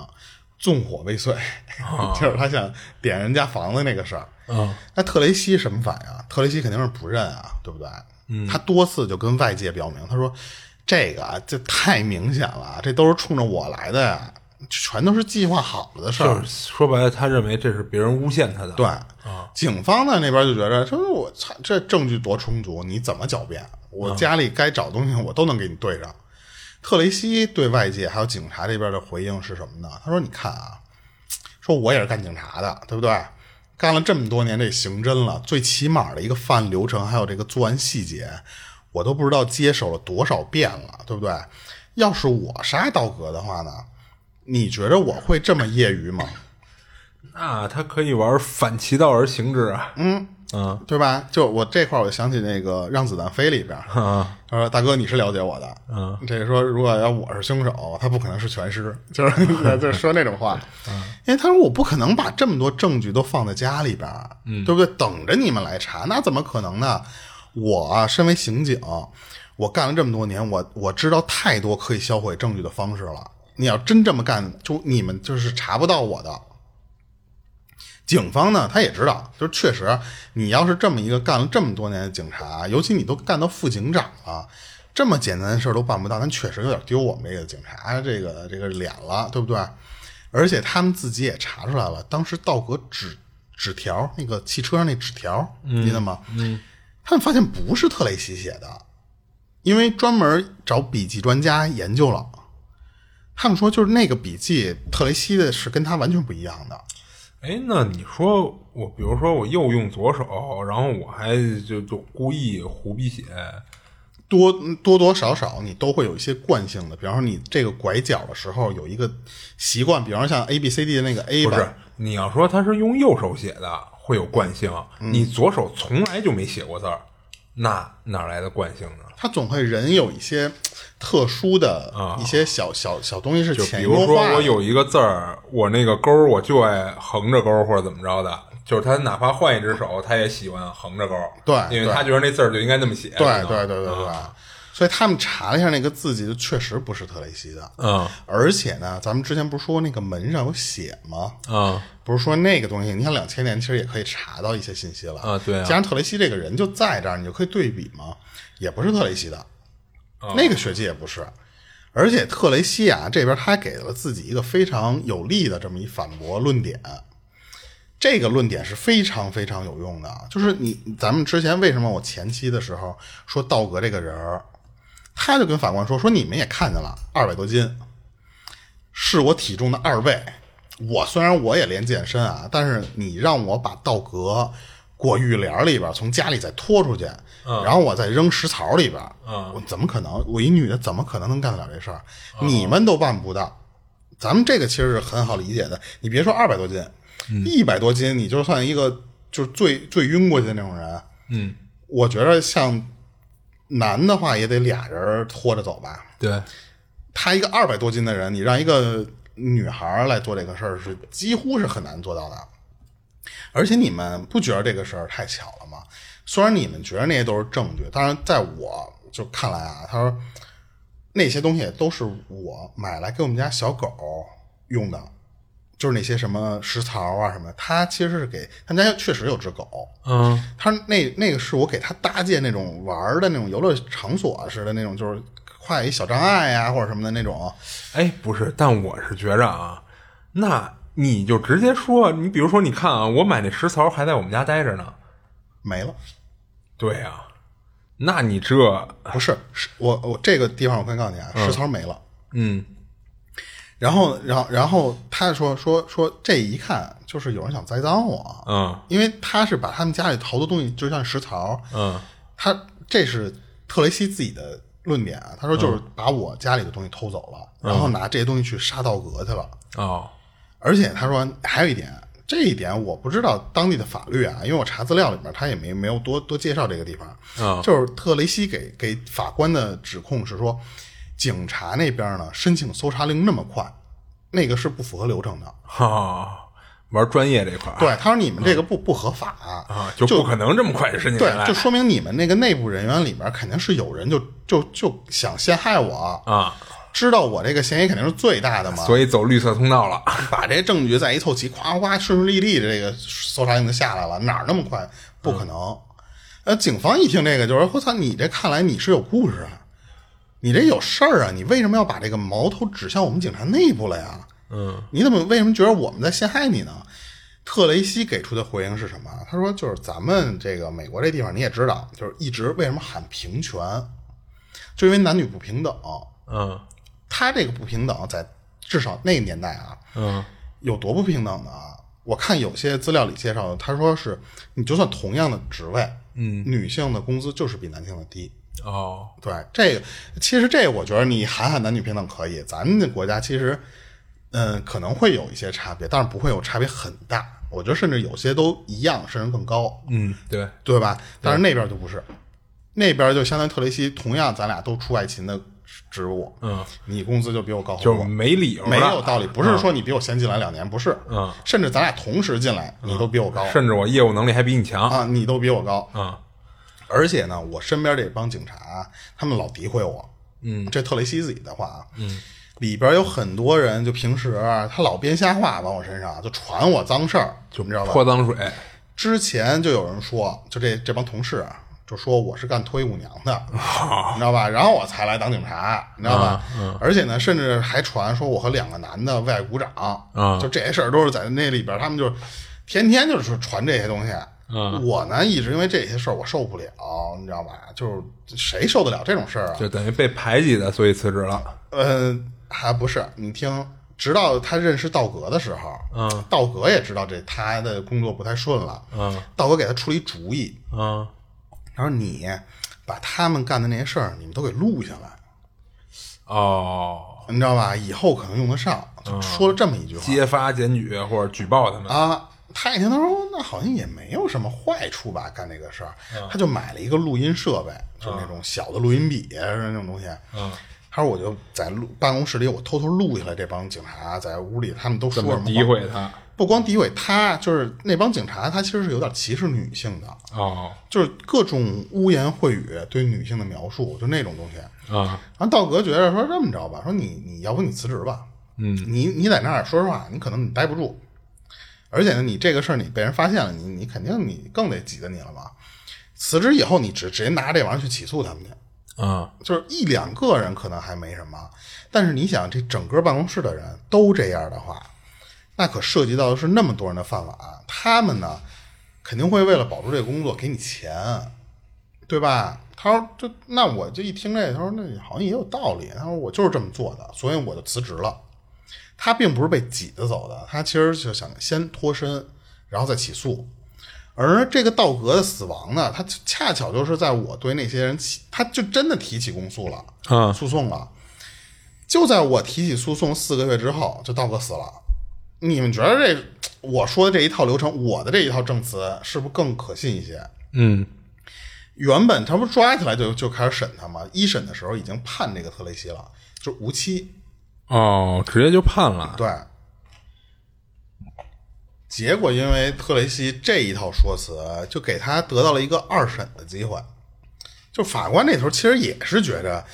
S2: 纵火未遂， 就是他想点人家房子那个事儿。
S3: 啊嗯，
S2: 那特雷西什么反应啊？特雷西肯定是不认啊，对不对？嗯，他多次就跟外界表明，他说这个啊，这太明显了，啊这都是冲着我来的呀，全都是计划好了的事儿。
S3: 就是说白了，他认为这是别人诬陷他的。
S2: 对，警方呢那边就觉着说，我操，这证据多充足，你怎么狡辩？我家里该找东西我都能给你对上。特雷西对外界还有警察这边的回应是什么呢？他说：“你看啊，说我也是干警察的，对不对？干了这么多年这刑侦了，最起码的一个犯案流程，还有这个作案细节，我都不知道接手了多少遍了，对不对？要是我杀道格的话呢，你觉得我会这么业余吗？”
S3: 那他可以玩反其道而行之啊。嗯嗯
S2: 对吧？就我这块儿，我就想起那个《让子弹飞》里 边儿，
S3: 啊
S2: 他说：“大哥，你是了解我的，
S3: 嗯，
S2: 这个说如果要我是凶手，他不可能是全尸，就是
S3: 嗯
S2: 就是说那种话，因为他说我不可能把这么多证据都放在家里边儿，
S3: 嗯
S2: 对不对？等着你们来查，那怎么可能呢？我啊，身为刑警，我干了这么多年，我我知道太多可以销毁证据的方式了。你要真这么干，就你们就是查不到我的，警方呢，他也知道，就是确实，你要是这么一个干了这么多年的警察，尤其你都干到副警长了，这么简单的事儿都办不到，咱确实有点丢我们这个警察这个这个脸了，对不对？而且他们自己也查出来了，当时道格纸纸条那个汽车上那纸条，你记得吗？嗯，他们发现不是特雷西写的，因为专门找笔记专家研究了，他们说就是那个笔记，特雷西的是跟他完全不一样的。
S3: 哎，那你说我，比如说我右用左手，然后我还就就故意胡鼻血，
S2: 多多多少少你都会有一些惯性的，比方说你这个拐角的时候有一个习惯，比方说像 A B C D 的那个 A
S3: 不是
S2: 吧，？
S3: 你要说他是用右手写的，会有惯性。你左手从来就没写过字儿，那哪来的惯性呢？
S2: 他总会人有一些特殊的
S3: 啊
S2: 一些小、小小东西是
S3: 就
S2: 潜
S3: 比
S2: 移
S3: 如
S2: 默
S3: 说
S2: 化的。
S3: 我有一个字儿，我那个勾儿我就爱横着勾儿或者怎么着的，就是他哪怕换一只手，他也喜欢横着勾儿，
S2: 对
S3: 因为
S2: 对
S3: 他觉得那字儿就应该那么写，
S2: 对
S3: 可能
S2: 对对对
S3: 啊
S2: 对，所以他们查了一下那个字迹，就确实不是特雷西的。
S3: 嗯
S2: 而且呢，咱们之前不是说那个门上有血吗？
S3: 嗯
S2: 不是说那个东西，你像两千年其实也可以查到一些信息了
S3: 啊对啊
S2: 加上特雷西这个人就在这儿，你就可以对比嘛，也不是特雷西的，
S3: 哦
S2: 那个血迹也不是。而且特雷西啊这边他还给了自己一个非常有力的这么一反驳论点，这个论点是非常非常有用的。就是你咱们之前为什么我前期的时候说道格这个人儿，他就跟法官说说你们也看见了，二百多斤，是我体重的二倍。我虽然我也练健身啊，但是你让我把道格过浴帘里边，从家里再拖出去，然后我再扔食槽里边，
S3: 嗯
S2: 我怎么可能？我一女的怎么可能能干得了这事儿？你
S3: 嗯
S2: 们都办不到。咱们这个其实是很好理解的，你别说二百多斤，
S3: 嗯
S2: 一百、多斤，你就算一个就是最最晕过去的那种人，
S3: 嗯，
S2: 我觉得像男的话也得俩人拖着走吧。
S3: 对，
S2: 他一个二百多斤的人，你让一个女孩儿来做这个事儿，是几乎是很难做到的。而且你们不觉得这个事儿太巧了吗？虽然你们觉得那些都是证据，当然在我就看来啊，他说那些东西都是我买来给我们家小狗用的，就是那些什么食槽啊什么的。他其实是给他们家确实有只狗，
S3: 嗯
S2: 他那那个是我给他搭建那种玩儿的那种游乐场所似的那种，就是跨一小障碍呀、或者什么的那种。
S3: 哎，不是，但我是觉着啊，那你就直接说，你比如说，你看啊，我买那食槽还在我们家待着呢。
S2: 没了，
S3: 对呀、那你这，
S2: 不是，是我我这个地方我可以告诉你啊，实操没了。
S3: 嗯
S2: 然后，然后，然后他说说说这一看就是有人想栽赃我，
S3: 嗯
S2: 因为他是把他们家里好多东西，就像食槽，
S3: 嗯
S2: 他这是特雷西自己的论点啊，他说就是
S3: 嗯
S2: 把我家里的东西偷走了，然后拿这些东西去杀道格去了。
S3: 哦
S2: 而且他说还有一点，这一点我不知道当地的法律啊，因为我查资料里面他也没没有多多介绍这个地方。
S3: 嗯
S2: 就是特雷西给给法官的指控是说，警察
S3: 啊
S2: 那边呢申请搜查令那么快，那个是不符合流程的。
S3: 哈、玩专业这块儿，
S2: 对，他说你们这个不不合法
S3: 啊，就不可能这么快就申请下
S2: 对，
S3: 来
S2: 就说明你们那个内部人员里边肯定是有人就就就想陷害我，
S3: 啊，
S2: 知道我这个嫌疑肯定是最大的嘛，
S3: 所以走绿色通道了。
S2: 把这证据再一凑齐，夸夸顺顺利利的这个搜查令就下来了，哪儿那么快？不可能。呃，警方一听这个就说：“我操，你这看来你是有故事啊，你这有事儿啊，你为什么要把这个矛头指向我们警察内部了呀？
S3: 嗯，
S2: 你怎么为什么觉得我们在陷害你呢？”特雷西给出的回应是什么？他说：“就是咱们这个美国这地方你也知道，就是一直为什么喊平权，就因为男女不平等。
S3: 嗯
S2: 他这个不平等在至少那个年代啊，
S3: 嗯
S2: 有多不平等呢？我看有些资料里介绍的，他说是你就算同样的职位，
S3: 嗯，
S2: 女性的工资就是比男性的低。
S3: 哦，
S2: 对，这个其实这个我觉得你喊喊男女平等可以，咱们的国家其实嗯可能会有一些差别，但是不会有差别很大。我觉得甚至有些都一样，甚至更高，
S3: 嗯，对，
S2: 对吧？但是那边就不是，那边就相当于特雷西，同样咱俩都出外勤的职务，
S3: 嗯，
S2: 你工资就比我啊高很
S3: 就
S2: 多，
S3: 是没理由了，
S2: 没有道理，不是说你比我先进来两年，不是，
S3: 嗯，
S2: 甚至咱俩同时进来，你都比我高，
S3: 甚至我业务能力还比你强。
S2: 啊，你都比我高，
S3: 啊，
S2: 而且呢，我身边这帮警察，他们老诋毁我，嗯，这特雷西自己的话啊，嗯，里边有很多人就平时啊他老编瞎话往我身上，就传我脏事儿，就你知道吧？
S3: 泼脏水，
S2: 之前就有人说，就这这帮同事啊，就说我是干脱衣舞娘的，你知道吧？然后我才来当警察，你知道吧？而且呢，甚至还传说我和两个男的为爱鼓掌，
S3: 啊
S2: 就这些事儿都是在那里边，他们就是天天就是传这些东西。
S3: 嗯
S2: 我呢一直因为这些事儿我受不了，你知道吧？就是谁受得了这种事儿啊？
S3: 就等于被排挤的，所以辞职了。
S2: 呃，还不是你听，直到他认识道格的时候，
S3: 嗯，
S2: 道格也知道这他的工作不太顺了，
S3: 嗯，
S2: 道格给他出了一主意，
S3: 嗯，
S2: 他说你把他们干的那些事儿，你们都给录下来，
S3: 哦，
S2: 你知道吧？以后可能用得上。
S3: 嗯
S2: 就说了这么一句话、
S3: 揭发、检举或者举报他们。
S2: 啊。他一听，他说那好像也没有什么坏处吧，干这个事儿，
S3: 嗯
S2: 他就买了一个录音设备，就是那种小的录音笔啊那种东西。
S3: 嗯，
S2: 他说我就在录办公室里，我偷偷录下来这帮警察在屋里他们都说
S3: 这
S2: 什么
S3: 么
S2: 话
S3: 诋毁他？
S2: 不光诋毁他，就是那帮警察，他其实是有点歧视女性的，
S3: 哦，
S2: 就是各种污言秽语对女性的描述，就那种东西。
S3: 啊，
S2: 然后道格觉着说这么着吧，说你你要不你辞职吧，嗯，你你在那儿说实话，你可能你待不住，而且呢，你这个事儿你被人发现了，你你肯定你更得挤兑你了吧。辞职以后，你直直接拿这玩意儿去起诉他们去，
S3: 嗯，
S2: 就是一两个人可能还没什么，但是你想，这整个办公室的人都这样的话，那可涉及到的是那么多人的饭碗，他们呢肯定会为了保住这个工作给你钱，对吧？他说就那我就一听这，他说那好像也有道理，他说我就是这么做的，所以我就辞职了。他并不是被挤着走的，他其实就想先脱身，然后再起诉。而这个道格的死亡呢，他恰巧就是在我对那些人起，他就真的提起公诉了，
S3: 嗯
S2: 诉讼了。就在我提起诉讼四个月之后，就道格死了。你们觉得这我说的这一套流程，我的这一套证词是不是更可信一些？
S3: 嗯，
S2: 原本他不是抓起来就就开始审他吗？一审的时候已经判这个特雷西了，就是无期。
S3: 哦，直接就判了。
S2: 对。结果因为特雷西这一套说辞，就给他得到了一个二审的机会。就法官那头其实也是觉着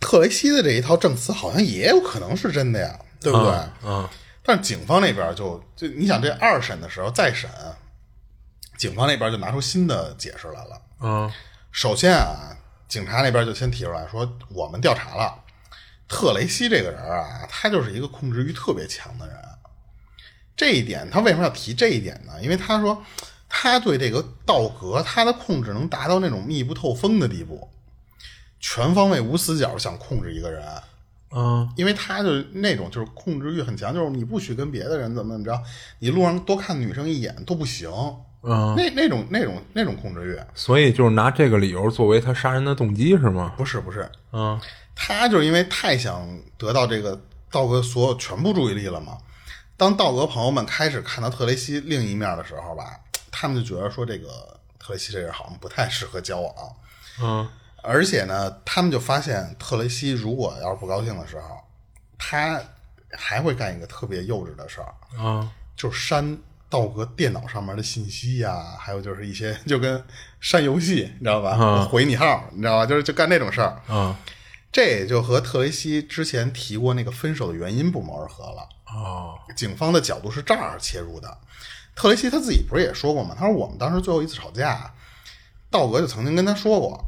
S2: 特雷西的这一套证词好像也有可能是真的呀，对不对？
S3: 嗯，
S2: 但是警方那边就就你想这二审的时候再审，警方那边就拿出新的解释来了。
S3: 嗯，
S2: 首先啊，警察那边就先提出来说，我们调查了，特雷西这个人啊，他就是一个控制欲特别强的人。这一点，他为什么要提这一点呢？因为他说，他对这个道格，他的控制能达到那种密不透风的地步，全方位无死角地想控制一个人。
S3: 嗯，
S2: 因为他就是那种就是控制欲很强，就是你不许跟别的人怎么怎么着，你路上多看女生一眼都不行。
S3: 嗯，
S2: 那那种那种那种控制欲，
S3: 所以就是拿这个理由作为他杀人的动机是吗？
S2: 不是不是，
S3: 嗯，
S2: 他就是因为太想得到这个道格所有全部注意力了嘛。当道格朋友们开始看到特雷西另一面的时候吧，他们就觉得说这个特雷西这人好像不太适合交往，
S3: 嗯，
S2: 而且呢，他们就发现特雷西如果要是不高兴的时候，他还会干一个特别幼稚的事儿，
S3: 嗯，
S2: 就是删道格电脑上面的信息呀、还有就是一些 就跟删游戏，你知道吧？
S3: 嗯
S2: 回你号，你知道吧？就是就干这种事儿。
S3: 啊
S2: 这也就和特雷西之前提过那个分手的原因不谋而合了。
S3: 哦
S2: 警方的角度是这样切入的。特雷西他自己不是也说过吗？他说我们当时最后一次吵架，道格就曾经跟他说过，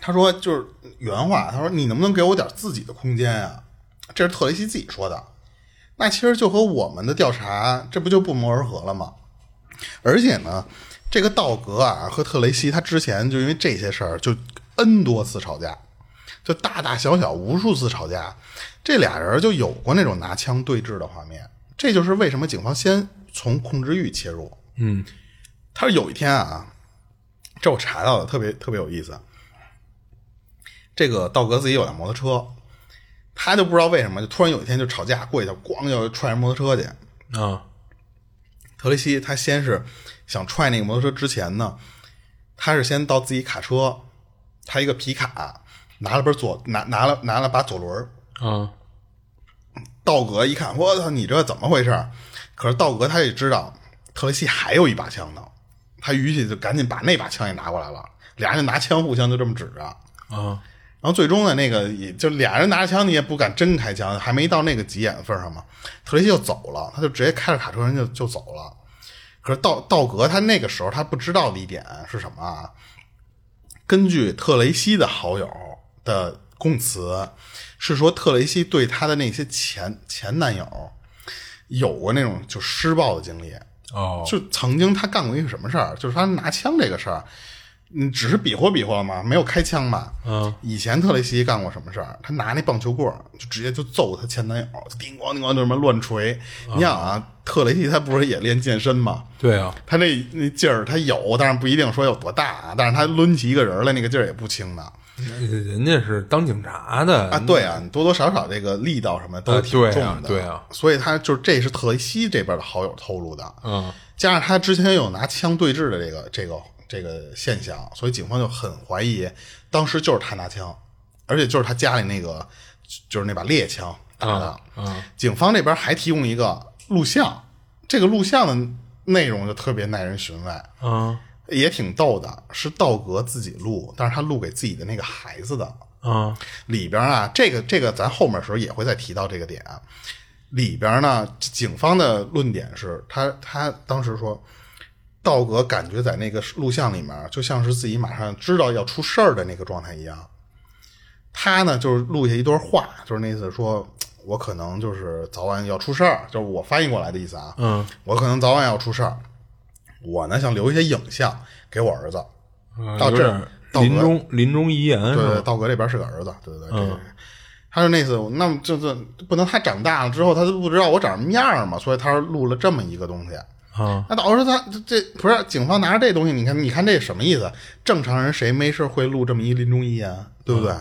S2: 他说就是原话，他说你能不能给我点自己的空间啊？这是特雷西自己说的。那其实就和我们的调查，这不就不谋而合了吗？而且呢，这个道格啊和特雷西他之前就因为这些事儿就 N 多次吵架，就大大小小无数次吵架，这俩人就有过那种拿枪对峙的画面。这就是为什么警方先从控制欲切入。
S3: 嗯
S2: 他说有一天啊，这我查到的特别特别有意思。这个道格自己有辆摩托车，他就不知道为什么，就突然有一天就吵架，过去就咣就踹人摩托车去。
S3: 啊
S2: 特雷西他先是想踹那个摩托车之前呢，他是先到自己卡车，他一个皮卡拿了本左拿拿了拿了把左轮儿，
S3: 啊
S2: 道格一看，我操，你这怎么回事儿？可是道格他也知道特雷西还有一把枪呢，他于是就赶紧把那把枪也拿过来了，俩人就拿枪互相就这么指着。
S3: 啊
S2: 然后最终呢，那个也就俩人拿着枪，你也不敢真开枪，还没到那个急眼的份儿上嘛。特雷西就走了，他就直接开着卡车人就就走了。可是道道格他那个时候他不知道的一点是什么啊？根据特雷西的好友的供词，是说特雷西对他的那些前前男友有过那种就施暴的经历。
S3: 哦
S2: 就曾经他干过一个什么事儿，就是他拿枪这个事儿，嗯，只是比划比划嘛，没有开枪嘛。
S3: 嗯，
S2: 以前特雷西干过什么事儿？他拿那棒球棍儿就直接就揍他前男友，叮咣叮咣就什么乱锤。你想啊，特雷西他不是也练健身嘛？
S3: 对啊
S2: 他那那劲儿他有，但是不一定说有多大啊。但是他抡起一个人来，那个劲儿也不轻的
S3: 人家是当警察的
S2: 啊。对啊，你多多少少这个力道什么都
S3: 啊
S2: 挺
S3: 嗯对
S2: 重
S3: 啊
S2: 的。
S3: 对啊
S2: 所以他就是这是特雷西这边的好友透露的。
S3: 啊
S2: 加上他之前有拿枪对峙的这个这个这个现象，所以警方就很怀疑当时就是他拿枪，而且就是他家里那个就是那把猎枪打的。
S3: 啊啊
S2: 警方这边还提供一个录像，这个录像的内容就特别耐人寻味，
S3: 啊
S2: 也挺逗的，是道格自己录，但是他录给自己的那个孩子的。
S3: 啊
S2: 里边啊，这个这个咱后面的时候也会再提到这个点啊。里边呢，警方的论点是他他当时说，道格感觉在那个录像里面就像是自己马上知道要出事儿的那个状态一样。他呢就是录下一段话，就是那意思说，我可能就是早晚要出事儿，就是我翻译过来的意思啊。
S3: 嗯，
S2: 我可能早晚要出事儿。我呢想留一些影像给我儿子，
S3: 啊
S2: 到
S3: 有
S2: 这
S3: 点
S2: 儿到
S3: 临
S2: 个
S3: 终临终遗言是
S2: 对对，
S3: 吧？
S2: 道格这边是个儿子，对对对，
S3: 嗯
S2: 这个他说那次，那么就是不能他长大了之后，他就不知道我长什么样儿嘛，所以他录了这么一个东西。
S3: 啊
S2: 那导致他这这不是警方拿着这东西，你看你看这什么意思？正常人谁没事会录这么一临终遗言，对不对？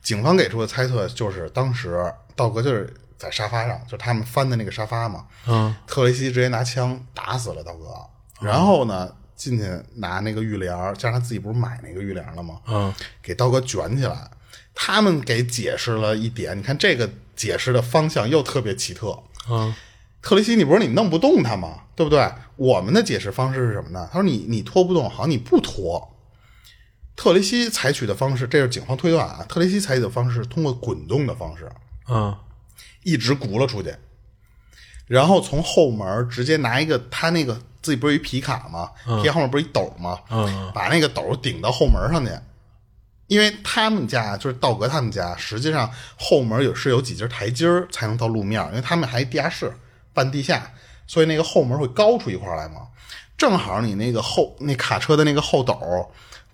S2: 警方给出的猜测就是，当时道格就是在沙发上，就他们翻的那个沙发嘛，
S3: 啊
S2: 特雷西直接拿枪打死了道格，然后呢进去拿那个浴帘儿，加上他自己不是买那个浴帘了吗？
S3: 啊
S2: 给刀哥卷起来。他们给解释了一点，你看这个解释的方向又特别奇特。
S3: 啊
S2: 特雷西，你不是你弄不动他吗？对不对？我们的解释方式是什么呢？他说你你拖不动，好，你不拖。特雷西采取的方式，这是警方推断啊。特雷西采取的方式是通过滚动的方式，
S3: 啊
S2: 一直轱辘出去，然后从后门直接拿一个他那个自己不是有一皮卡吗？皮卡后面不是一斗吗？
S3: 嗯
S2: 把那个斗顶到后门上去，因为他们家就是道格他们家，实际上后门有是有几节台阶儿才能到路面儿，因为他们还地下室半地下，所以那个后门会高出一块儿来嘛。正好你那个后那卡车的那个后斗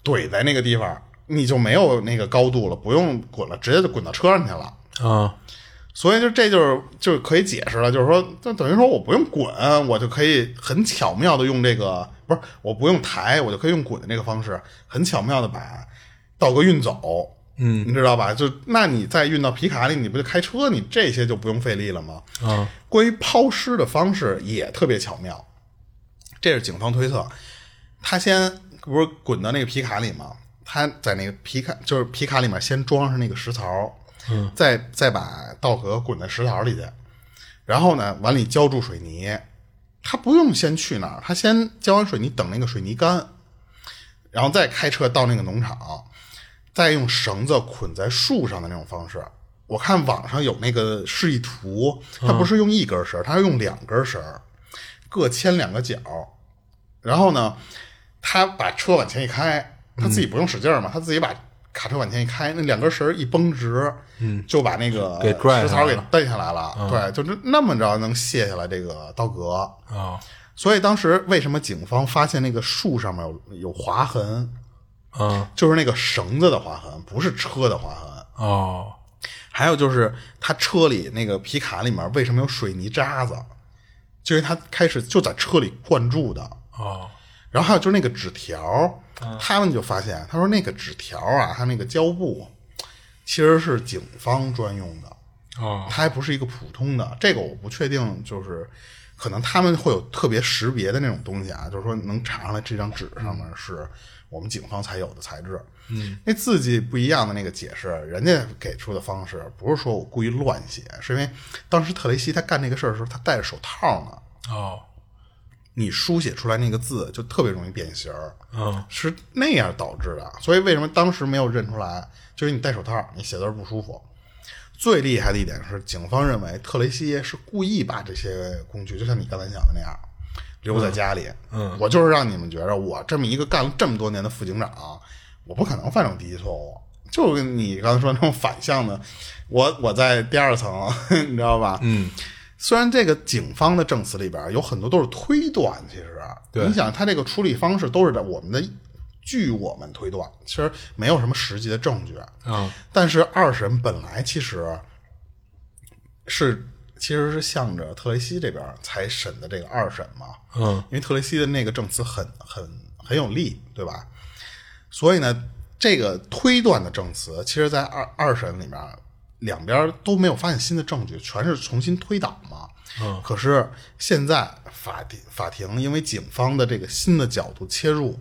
S2: 怼在那个地方，你就没有那个高度了，不用滚了，直接就滚到车上去了。
S3: 啊
S2: 所以就这就是就是可以解释了，就是说，就等于说我不用滚，我就可以很巧妙的用这个，不是我不用抬，我就可以用滚的这个方式，很巧妙的把道格运走，
S3: 嗯
S2: 你知道吧？就那你再运到皮卡里，你不就开车，你这些就不用费力了吗？
S3: 啊
S2: 关于抛尸的方式也特别巧妙，这是警方推测。他先不是滚到那个皮卡里吗？他在那个皮卡就是皮卡里面先装上那个食槽，嗯，再再把稻壳滚到食槽里去，然后呢往里浇注水泥，他不用先去那儿，他先浇完水泥，等那个水泥干，然后再开车到那个农场，再用绳子捆在树上的那种方式。我看网上有那个示意图，它不是用一根绳，它是用两根绳，各牵两个角。然后呢，他把车往前一开，他自己不用使劲儿
S3: 嗯
S2: 嘛，他自己把卡车往前一开，那两根绳儿一绷直，嗯，就把那个
S3: 给拽
S2: 食
S3: 上来
S2: 槽给
S3: 了嗯
S2: 蹬下来了。对，就那那么着能卸下来这个刀格。
S3: 啊
S2: 所以当时为什么警方发现那个树上面有有划痕，
S3: 啊
S2: 就是那个绳子的划痕，不是车的划痕。
S3: 哦
S2: 还有就是他车里那个皮卡里面为什么有水泥渣子，就是他开始就在车里灌注的。
S3: 哦
S2: 然后还有就是那个纸条，他们就发现，他说那个纸条啊，他那个胶布其实是警方专用的，
S3: 哦
S2: 它还不是一个普通的。这个我不确定，就是可能他们会有特别识别的那种东西啊，就是说能查上来这张纸上面是我们警方才有的材质。嗯，那字迹不一样的那个解释，人家给出的方式不是说我故意乱写，是因为当时特雷西他干这个事儿的时候，他戴着手套呢。
S3: 哦
S2: 你书写出来那个字就特别容易变形儿，
S3: 嗯
S2: 是那样导致的。所以为什么当时没有认出来？就是你戴手套，你写字儿不舒服。最厉害的一点是，警方认为特雷西是故意把这些工具，就像你刚才讲的那样，留在家里。嗯，我就是让你们觉着我这么一个干了这么多年的副警长，我不可能犯这种低级错误。就跟你刚才说那种反向的，我我在第二层， 你知道吧？嗯，虽然这个警方的证词里边有很多都是推断，其实啊
S3: 对
S2: 你想他这个处理方式都是在我们的，据我们推断，其实没有什么实际的证据。啊
S3: 嗯
S2: 但是二审本来其实是其实是向着特雷西这边才审的这个二审嘛，
S3: 嗯
S2: 因为特雷西的那个证词很很很有力，对吧？所以呢，这个推断的证词，其实在二二审里面，两边都没有发现新的证据，全是重新推导嘛。嗯，可是现在法庭法庭因为警方的这个新的角度切入，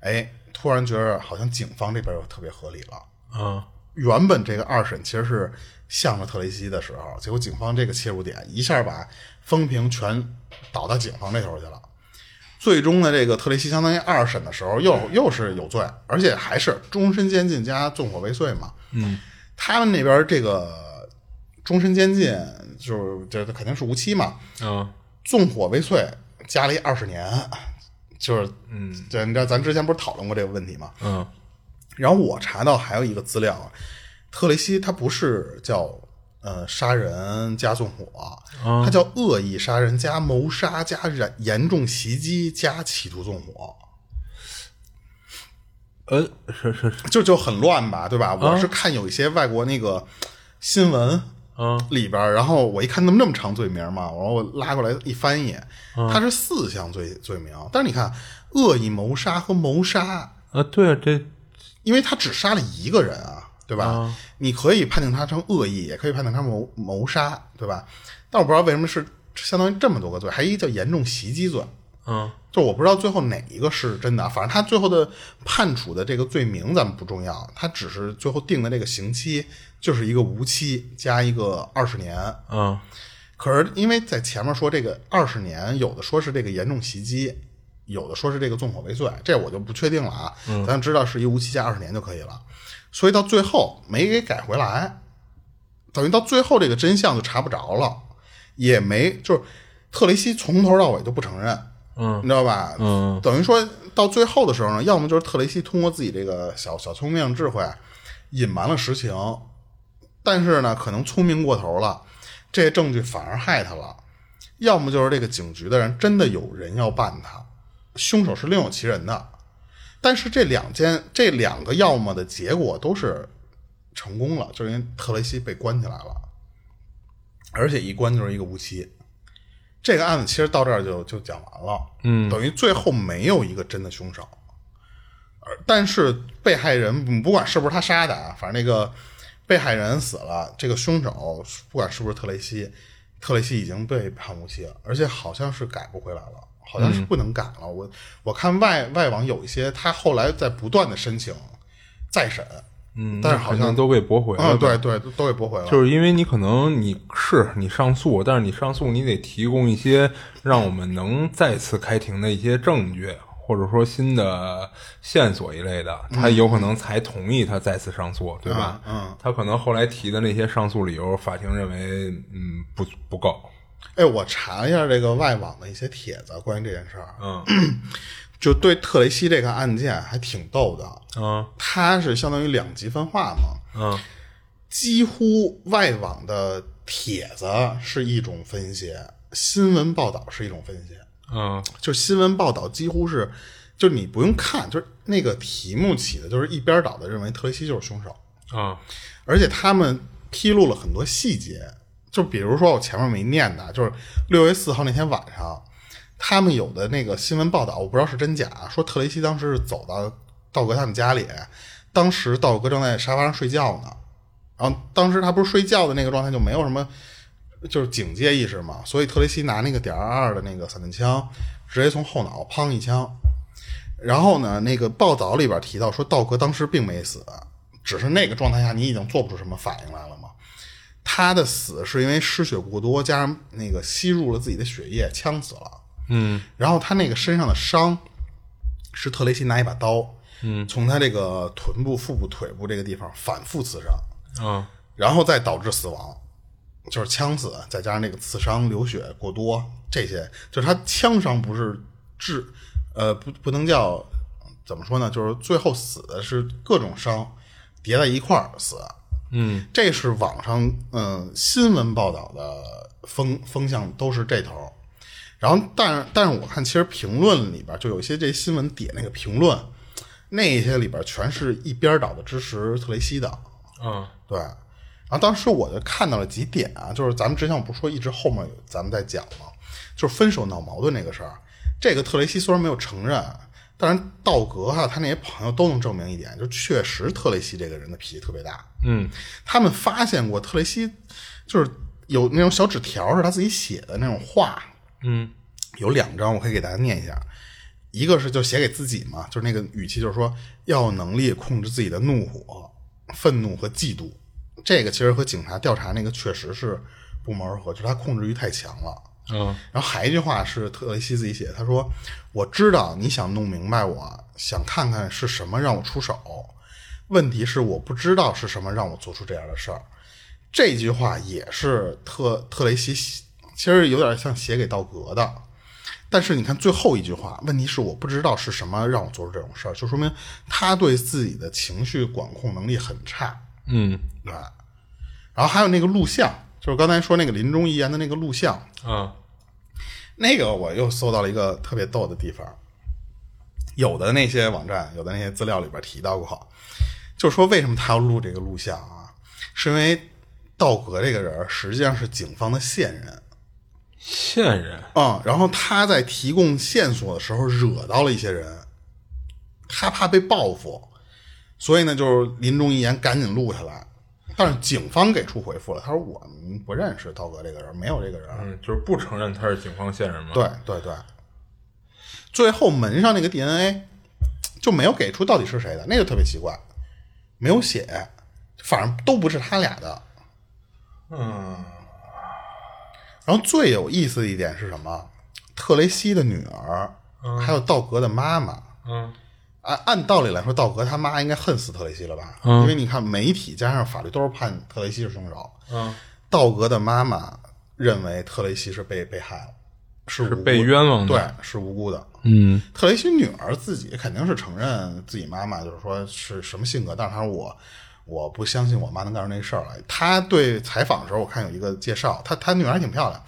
S2: 哎，突然觉得好像警方这边又特别合理了。
S3: 嗯
S2: 原本这个二审其实是向着特雷西的时候，结果警方这个切入点一下把风评全倒到警方这头去了。最终呢，这个特雷西相当于二审的时候又又是有罪，而且还是终身监禁加纵火未遂嘛。嗯，他们那边这个终身监禁就是这肯定是无期嘛，
S3: 嗯
S2: 纵火未遂加了一二十年，就是嗯，这你知道咱之前不是讨论过这个问题吗？
S3: 嗯
S2: 然后我查到还有一个资料，啊特雷西他不是叫呃杀人加纵火，啊他叫恶意杀人加谋杀加严严重袭击加企图纵火，
S3: 呃是是是
S2: 就就很乱吧，对吧？我是看有一些外国那个新闻。
S3: 嗯
S2: 里边儿，然后我一看那么那么长罪名嘛，然后我拉过来一翻译，它是四项罪罪名，但是你看恶意谋杀和谋杀，
S3: 啊对啊这
S2: 因为他只杀了一个人啊，对吧？
S3: 啊
S2: 你可以判定他成恶意，也可以判定他谋谋杀，对吧？但我不知道为什么是相当于这么多个罪，还一叫严重袭击罪，
S3: 嗯
S2: 就我不知道最后哪一个是真的啊。反正他最后的判处的这个罪名咱们不重要，他只是最后定的这个刑期就是一个无期加一个二十年。
S3: 嗯
S2: 可是因为在前面说这个二十年，有的说是这个严重袭击，有的说是这个纵火未遂，这我就不确定了啊。
S3: 嗯
S2: 咱知道是一无期加二十年就可以了，所以到最后没给改回来，等于到最后这个真相就查不着了，也没就是特雷西从头到尾都不承认，
S3: 嗯
S2: 你知道吧？
S3: 嗯
S2: 等于说到最后的时候呢，要么就是特雷西通过自己这个小小聪明智慧隐瞒了实情，但是呢，可能聪明过头了，这些证据反而害他了；要么就是这个警局的人真的有人要办他，凶手是另有其人的。但是这两件这两个要么的结果都是成功了，就是因为特雷西被关起来了，而且一关就是一个无期。这个案子其实到这儿就就讲完了，嗯，等于最后没有一个真的凶手，而但是被害人嗯不管是不是他杀的啊，反正那个被害人死了，这个凶手不管是不是特雷西，特雷西已经被判无期了，而且好像是改不回来了，好像是不能改了。我我看外外网有一些他后来在不断的申请再审，
S3: 嗯，
S2: 但是好像
S3: 肯定都被驳回了。
S2: 啊，对，对，都给驳回了。
S3: 就是因为你可能你是你上诉，但是你上诉你得提供一些让我们能再次开庭的一些证据，或者说新的线索一类的，他有可能才同意他再次上诉，对吧？
S2: 嗯，
S3: 他可能后来提的那些上诉理由，法庭认为嗯不不够，
S2: 哎，我查了一下这个外网的一些帖子，关于这件事儿，
S3: 嗯
S2: 就对特雷西这个案件还挺逗的。
S3: 嗯
S2: 它是相当于两极分化嘛，
S3: 嗯
S2: 几乎外网的帖子是一种分析，新闻报道是一种分析。
S3: 嗯
S2: 就新闻报道几乎是，就你不用看，就是那个题目起的，就是一边倒的认为特雷西就是凶手，
S3: 嗯
S2: 而且他们披露了很多细节，就比如说我前面没念的，就是六月四号那天晚上，他们有的那个新闻报道，我不知道是真假，说特雷西当时是走到道格他们家里，当时道格正在沙发上睡觉呢，然后当时他不是睡觉的那个状态就没有什么就是警戒意识嘛，所以特雷西拿那个点二的那个散弹枪，直接从后脑砰一枪。然后呢，那个报道里边提到说，道格当时并没死，只是那个状态下你已经做不出什么反应来了嘛。他的死是因为失血过多，加上那个吸入了自己的血液，呛死了。
S3: 嗯
S2: 然后他那个身上的伤是特雷西拿一把刀，嗯，从他这个臀部、腹部、腿部这个地方反复刺伤，
S3: 嗯
S2: 然后再导致死亡，就是枪死，再加上那个刺伤、流血过多这些，就是他枪伤不是致，呃，不不能叫怎么说呢？就是最后死的是各种伤叠在一块儿死，
S3: 嗯
S2: 这是网上嗯、呃新闻报道的风风向都是这头儿。然后，但是但是我看其实评论里边儿就有一些这新闻底下那个评论，那一些里边儿全是一边倒的支持特雷西的，
S3: 嗯
S2: 对，然后当时我就看到了几点啊，就是咱们之前我不是说一直后面有咱们在讲吗？就是分手闹矛盾这个事儿，这个特雷西虽然没有承认，但是道格哈、他那些朋友都能证明一点，就确实特雷西这个人的脾气特别大。
S3: 嗯
S2: 他们发现过特雷西就是有那种小纸条是他自己写的那种话，
S3: 嗯
S2: 有两张，我可以给大家念一下。一个是就写给自己嘛，就是那个语气，就是说要有能力控制自己的怒火、愤怒和嫉妒。这个其实和警察调查那个确实是不谋而合，就是他控制欲太强了。
S3: 嗯
S2: 然后还一句话是特雷西自己写的，他说：“我知道你想弄明白我，想看看是什么让我出手。问题是我不知道是什么让我做出这样的事儿。”这句话也是特特雷西写，其实有点像写给道格的。但是你看最后一句话，问题是我不知道是什么让我做出这种事儿，就说明他对自己的情绪管控能力很差。
S3: 嗯
S2: 对吧，然后还有那个录像，就是刚才说那个临终遗言的那个录像，
S3: 嗯
S2: 那个我又搜到了一个特别逗的地方，有的那些网站，有的那些资料里边提到过，就是说为什么他要录这个录像啊？是因为道格这个人实际上是警方的线人
S3: 线人
S2: 啊、嗯然后他在提供线索的时候惹到了一些人，他怕被报复，所以呢就是临终遗言赶紧录下来。但是警方给出回复了，他说我们不认识道格这个人，没有这个人。
S3: 嗯就是不承认他是警方线人嘛，
S2: 对对对，最后门上那个 DNA 就没有给出到底是谁的，那个特别奇怪，没有写，反正都不是他俩的。
S3: 嗯
S2: 然后最有意思的一点是什么？特雷西的女儿，还有道格的妈妈。
S3: 嗯
S2: 按按道理来说，道格他妈应该恨死特雷西了吧？因为你看媒体加上法律都是判特雷西是凶手。
S3: 嗯。
S2: 道格的妈妈认为特雷西是被被害了，是是
S3: 被冤枉的
S2: 对，是无辜的。
S3: 嗯
S2: 特雷西女儿自己肯定是承认自己妈妈就是说是什么性格，但是她说我我不相信我妈能干出那事儿来。她对采访的时候，我看有一个介绍，她她女儿还挺漂亮，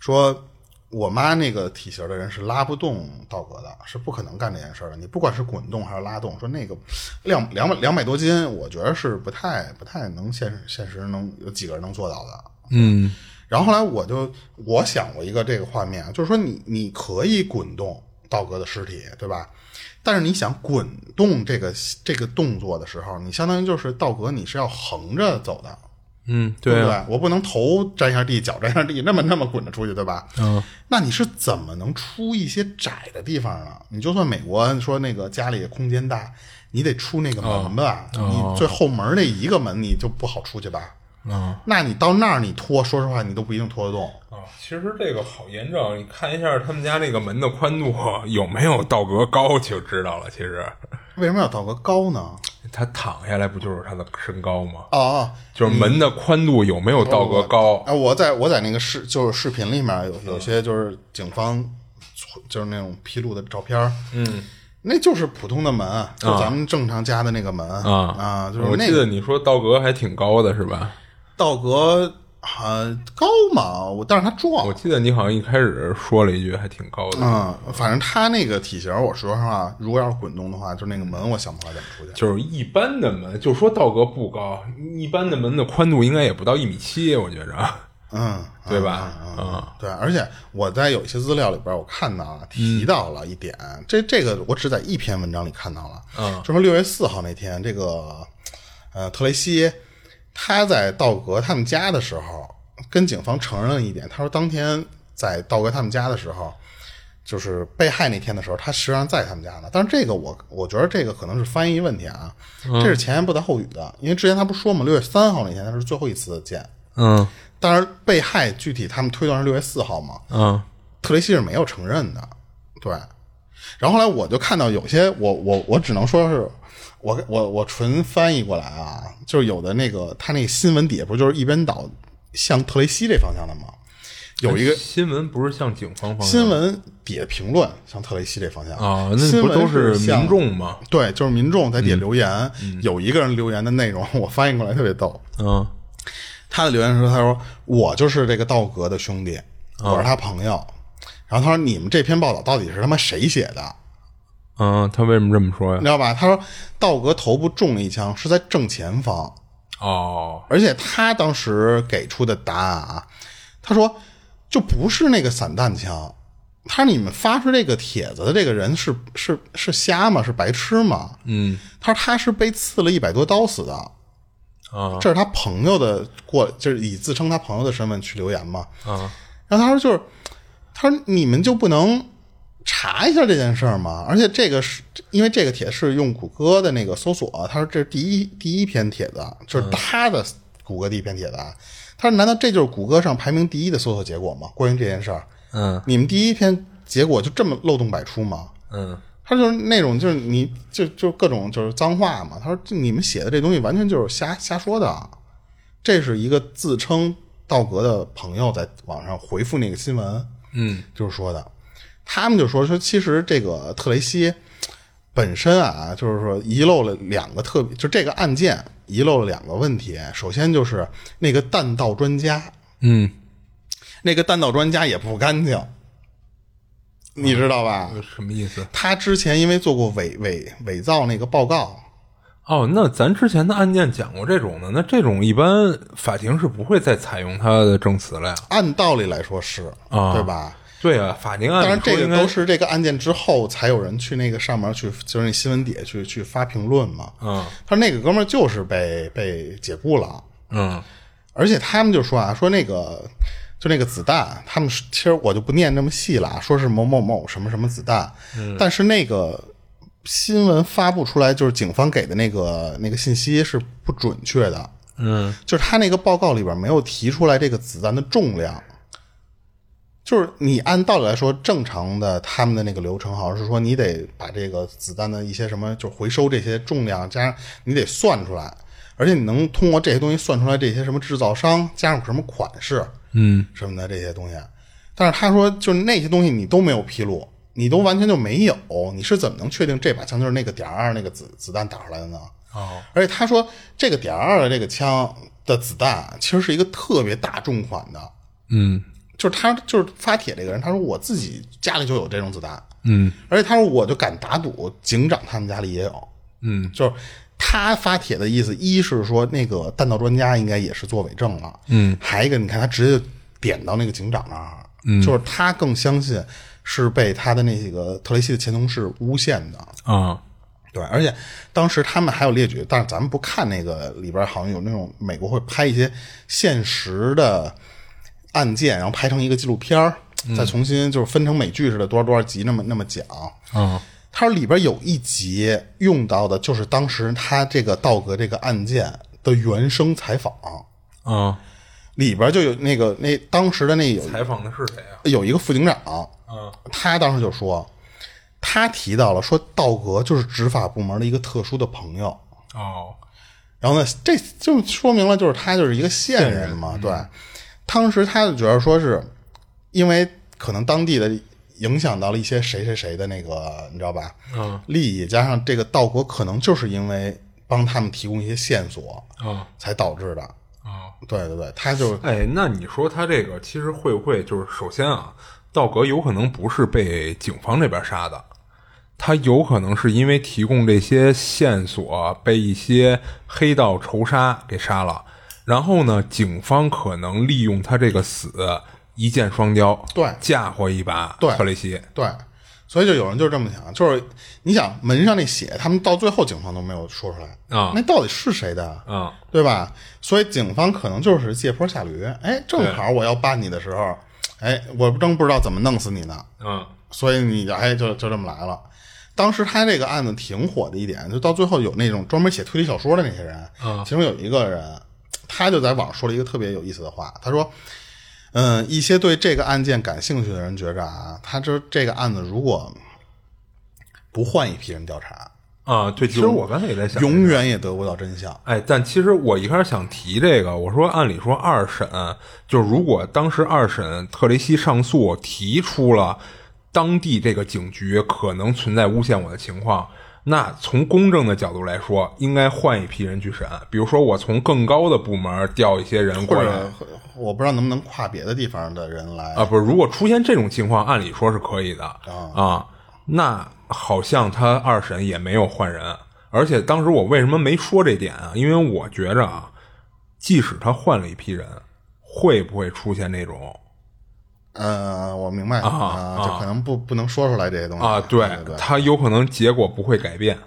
S2: 说我妈那个体型的人是拉不动道格的，是不可能干这件事儿的。你不管是滚动还是拉动，说那个两两百两百多斤，我觉得是不太不太能现实现实能有几个人能做到的。
S3: 嗯
S2: 然后后来我就我想过一个这个画面啊，就是说你你可以滚动道格的尸体，对吧？但是你想滚动这个这个动作的时候，你相当于就是道格你是要横着走的，
S3: 嗯，
S2: 对不
S3: 啊，
S2: 对？我不能头沾一下地，脚沾一下地，那么那么滚着出去，对吧？
S3: 嗯，
S2: 那你是怎么能出一些窄的地方呢？你就算美国说那个家里空间大，你得出那个门吧？
S3: 哦
S2: 你最后门那一个门你就不好出去吧？
S3: 嗯，
S2: 那你到那儿你拖，说实话你都不一定拖得动。
S3: 啊，其实这个好验证，你看一下他们家那个门的宽度有没有道格高就知道了。其实
S2: 为什么要到个高呢？
S3: 他躺下来不就是他的身高吗？
S2: 哦哦，
S3: 就是门的宽度有没有道格高？
S2: 啊，我在我在那个视就是视频里面有有些就是警方就是那种披露的照片，嗯，那就是普通的门，啊就咱们正常家的那个门
S3: 啊
S2: 啊，就是
S3: 我
S2: 那
S3: 记得
S2: 个
S3: 你说道格还挺高的是吧？
S2: 道格啊高嘛，我但是他壮
S3: 我，记得你好像一开始说了一句还挺高的，
S2: 嗯，反正他那个体型，我说实话，如果要是滚动的话，就那个门我想不出来怎么出去。
S3: 就是一般的门，就说道格不高，一般的门的宽度应该也不到一米七，我觉着，
S2: 嗯，
S3: 对吧？
S2: 嗯嗯
S3: 嗯，
S2: 对，而且我在有一些资料里边，我看到了提到了一点，这这个我只在一篇文章里看到了，
S3: 嗯
S2: 就说六月四号那天，这个呃特雷西他在道格他们家的时候，跟警方承认了一点，他说当天在道格他们家的时候。就是被害那天的时候，他实际上在他们家呢。但是这个我我觉得这个可能是翻译问题啊，这是前言不搭后语的。因为之前他不是说嘛，六月三号那天他是最后一次见，
S3: 嗯
S2: 当然，被害具体他们推断是六月四号嘛，
S3: 嗯
S2: 特雷西是没有承认的，对。然后后来我就看到有些我我我只能说是我我我纯翻译过来啊，就是有的那个他那个新闻底下不就是一边倒向特雷西这方向的吗？有一个
S3: 新闻不是向警方方向
S2: 新闻底下评论向特雷西这方向
S3: 啊，那不都
S2: 新闻向
S3: 民众嗯吗？
S2: 对，就是民众在底下留言，有一个人留言的内容我翻译过来特别逗，
S3: 嗯
S2: 他的留言说：“他说我就是这个道格的兄弟，我是他朋友。然后他说：“你们这篇报道到底是他妈谁写的？
S3: 嗯，他为什么这么说呀
S2: 你知？道吧？”他说：“道格头部中了一枪，是在正前方，
S3: 哦，
S2: 而且他当时给出的答案啊，他说就不是那个散弹枪。他说你们发出这个帖子的这个人是是是瞎吗？是白痴吗？
S3: 嗯
S2: 他说他是被刺了一百多刀死的。”
S3: 啊
S2: 这是他朋友的过，就是以自称他朋友的身份去留言嘛。
S3: 啊
S2: 然后他说就是，他说你们就不能查一下这件事儿吗？而且这个是因为这个帖是用谷歌的那个搜索，他说这是第一第一篇帖子，
S3: 嗯
S2: 就是他的谷歌第一篇帖子啊。他说难道这就是谷歌上排名第一的搜索结果吗？关于这件事儿，
S3: 嗯
S2: 你们第一篇结果就这么漏洞百出吗？
S3: 嗯
S2: 他就是那种就是你就就各种就是脏话嘛。他说这你们写的这东西完全就是瞎瞎说的啊，这是一个自称道格的朋友在网上回复那个新闻，
S3: 嗯
S2: 就是说的，他们就说说其实这个特雷西本身啊，就是说遗漏了两个特别，就这个案件遗漏了两个问题。首先就是那个弹道专家，
S3: 嗯，
S2: 那个弹道专家也不干净，你知道吧？
S3: 呃什么意思？
S2: 他之前因为做过伪伪伪造那个报告，
S3: 哦，那咱之前的案件讲过这种的，那这种一般法庭是不会再采用他的证词了呀。
S2: 按道理来说是，
S3: 啊
S2: 对吧？
S3: 对啊，法庭
S2: 当
S3: 案
S2: 然，
S3: 理说
S2: 这
S3: 应
S2: 个
S3: 该
S2: 都是这个案件之后才有人去那个上面去，就是那新闻底下去去发评论嘛。
S3: 嗯
S2: 他说那个哥们儿就是被被解雇了，
S3: 嗯
S2: 而且他们就说啊，说那个就那个子弹，啊他们是其实我就不念那么细了啊，说是某某某什么什么子弹，但是那个新闻发布出来，就是警方给的那个那个信息是不准确的，
S3: 嗯
S2: 就是他那个报告里边没有提出来这个子弹的重量。就是你按道理来说，正常的他们的那个流程好像是说，你得把这个子弹的一些什么，就回收这些重量，加上你得算出来，而且你能通过这些东西算出来这些什么制造商，加上什么款式
S3: 嗯
S2: 什么的这些东西。但是他说，就是那些东西你都没有披露，你都完全就没有，你是怎么能确定这把枪就是那个点二那个子子弹打出来的呢？
S3: 哦
S2: 而且他说这个点二的这个枪的子弹其实是一个特别大众款的，
S3: 嗯
S2: 就是他就是发帖这个人，他说我自己家里就有这种子弹，
S3: 嗯
S2: 而且他说我就敢打赌，警长他们家里也有，
S3: 嗯
S2: 就是。他发帖的意思，一是说那个弹道专家应该也是做伪证了，
S3: 嗯，
S2: 还一个你看他直接就点到那个警长那儿，嗯，就是他更相信是被他的那个特雷西的前同事诬陷的，
S3: 啊
S2: 对，而且当时他们还有列举，但是咱们不看那个里边，好像有那种美国会拍一些现实的案件，然后拍成一个纪录片儿，再重新就是分成美剧似的多少多少集那么那么讲。
S3: 嗯，
S2: 它里边有一集用到的就是当时他这个道格这个案件的原声采访，
S3: 嗯，
S2: 里边就有那个那当时的那有
S3: 采访的是谁啊？
S2: 有一个副警长，
S3: 嗯，
S2: 他当时就说，他提到了说道格就是执法部门的一个特殊的朋友，
S3: 哦，
S2: 然后呢，这就说明了，就是他就是一个线人嘛，对。当时他就觉得说是因为可能当地的影响到了一些谁谁谁的那个，你知道吧？
S3: 嗯，
S2: 利益加上这个道国可能就是因为帮他们提供一些线索
S3: 哦，
S2: 才导致的。
S3: 哦。
S2: 对对对，他就
S3: 哎，那你说他这个其实会不会就是首先啊，道格有可能不是被警方这边杀的，他有可能是因为提供这些线索被一些黑道仇杀给杀了，然后呢，警方可能利用他这个死一箭双雕，
S2: 对
S3: 嫁祸一把，
S2: 对
S3: 特雷西，
S2: 对，所以就有人就这么想，就是你想门上那血，他们到最后警方都没有说出来
S3: 啊
S2: 那到底是谁的？
S3: 嗯，
S2: 对吧？所以警方可能就是借坡下驴，哎，正好我要办你的时候，哎，我真不知道怎么弄死你呢，
S3: 嗯，
S2: 所以你哎就就这么来了。当时他这个案子挺火的一点，就到最后有那种专门写推理小说的那些人，
S3: 啊
S2: 其中有一个人，他就在网上说了一个特别有意思的话，他说。嗯，一些对这个案件感兴趣的人觉着啊，他这这个案子如果不换一批人调查，
S3: 啊，对，其实我刚才也在想，
S2: 永远也得不到真相。
S3: 哎，但其实我一开始想提这个，我说按理说二审就是如果当时二审特雷西上诉提出了当地这个警局可能存在诬陷我的情况，那从公正的角度来说，应该换一批人去审，比如说我从更高的部门调一些人
S2: 或
S3: 过来
S2: 者我不知道能不能跨别的地方的人来
S3: 啊，不是，如果出现这种情况，按理说是可以的啊。那好像他二审也没有换人，而且当时我为什么没说这点啊？因为我觉着啊，即使他换了一批人，会不会出现那种
S2: 呃，我明白
S3: 啊
S2: 就可能不不能说出来这些东西
S3: 啊？
S2: 嗯对对，
S3: 他有可能结果不会改变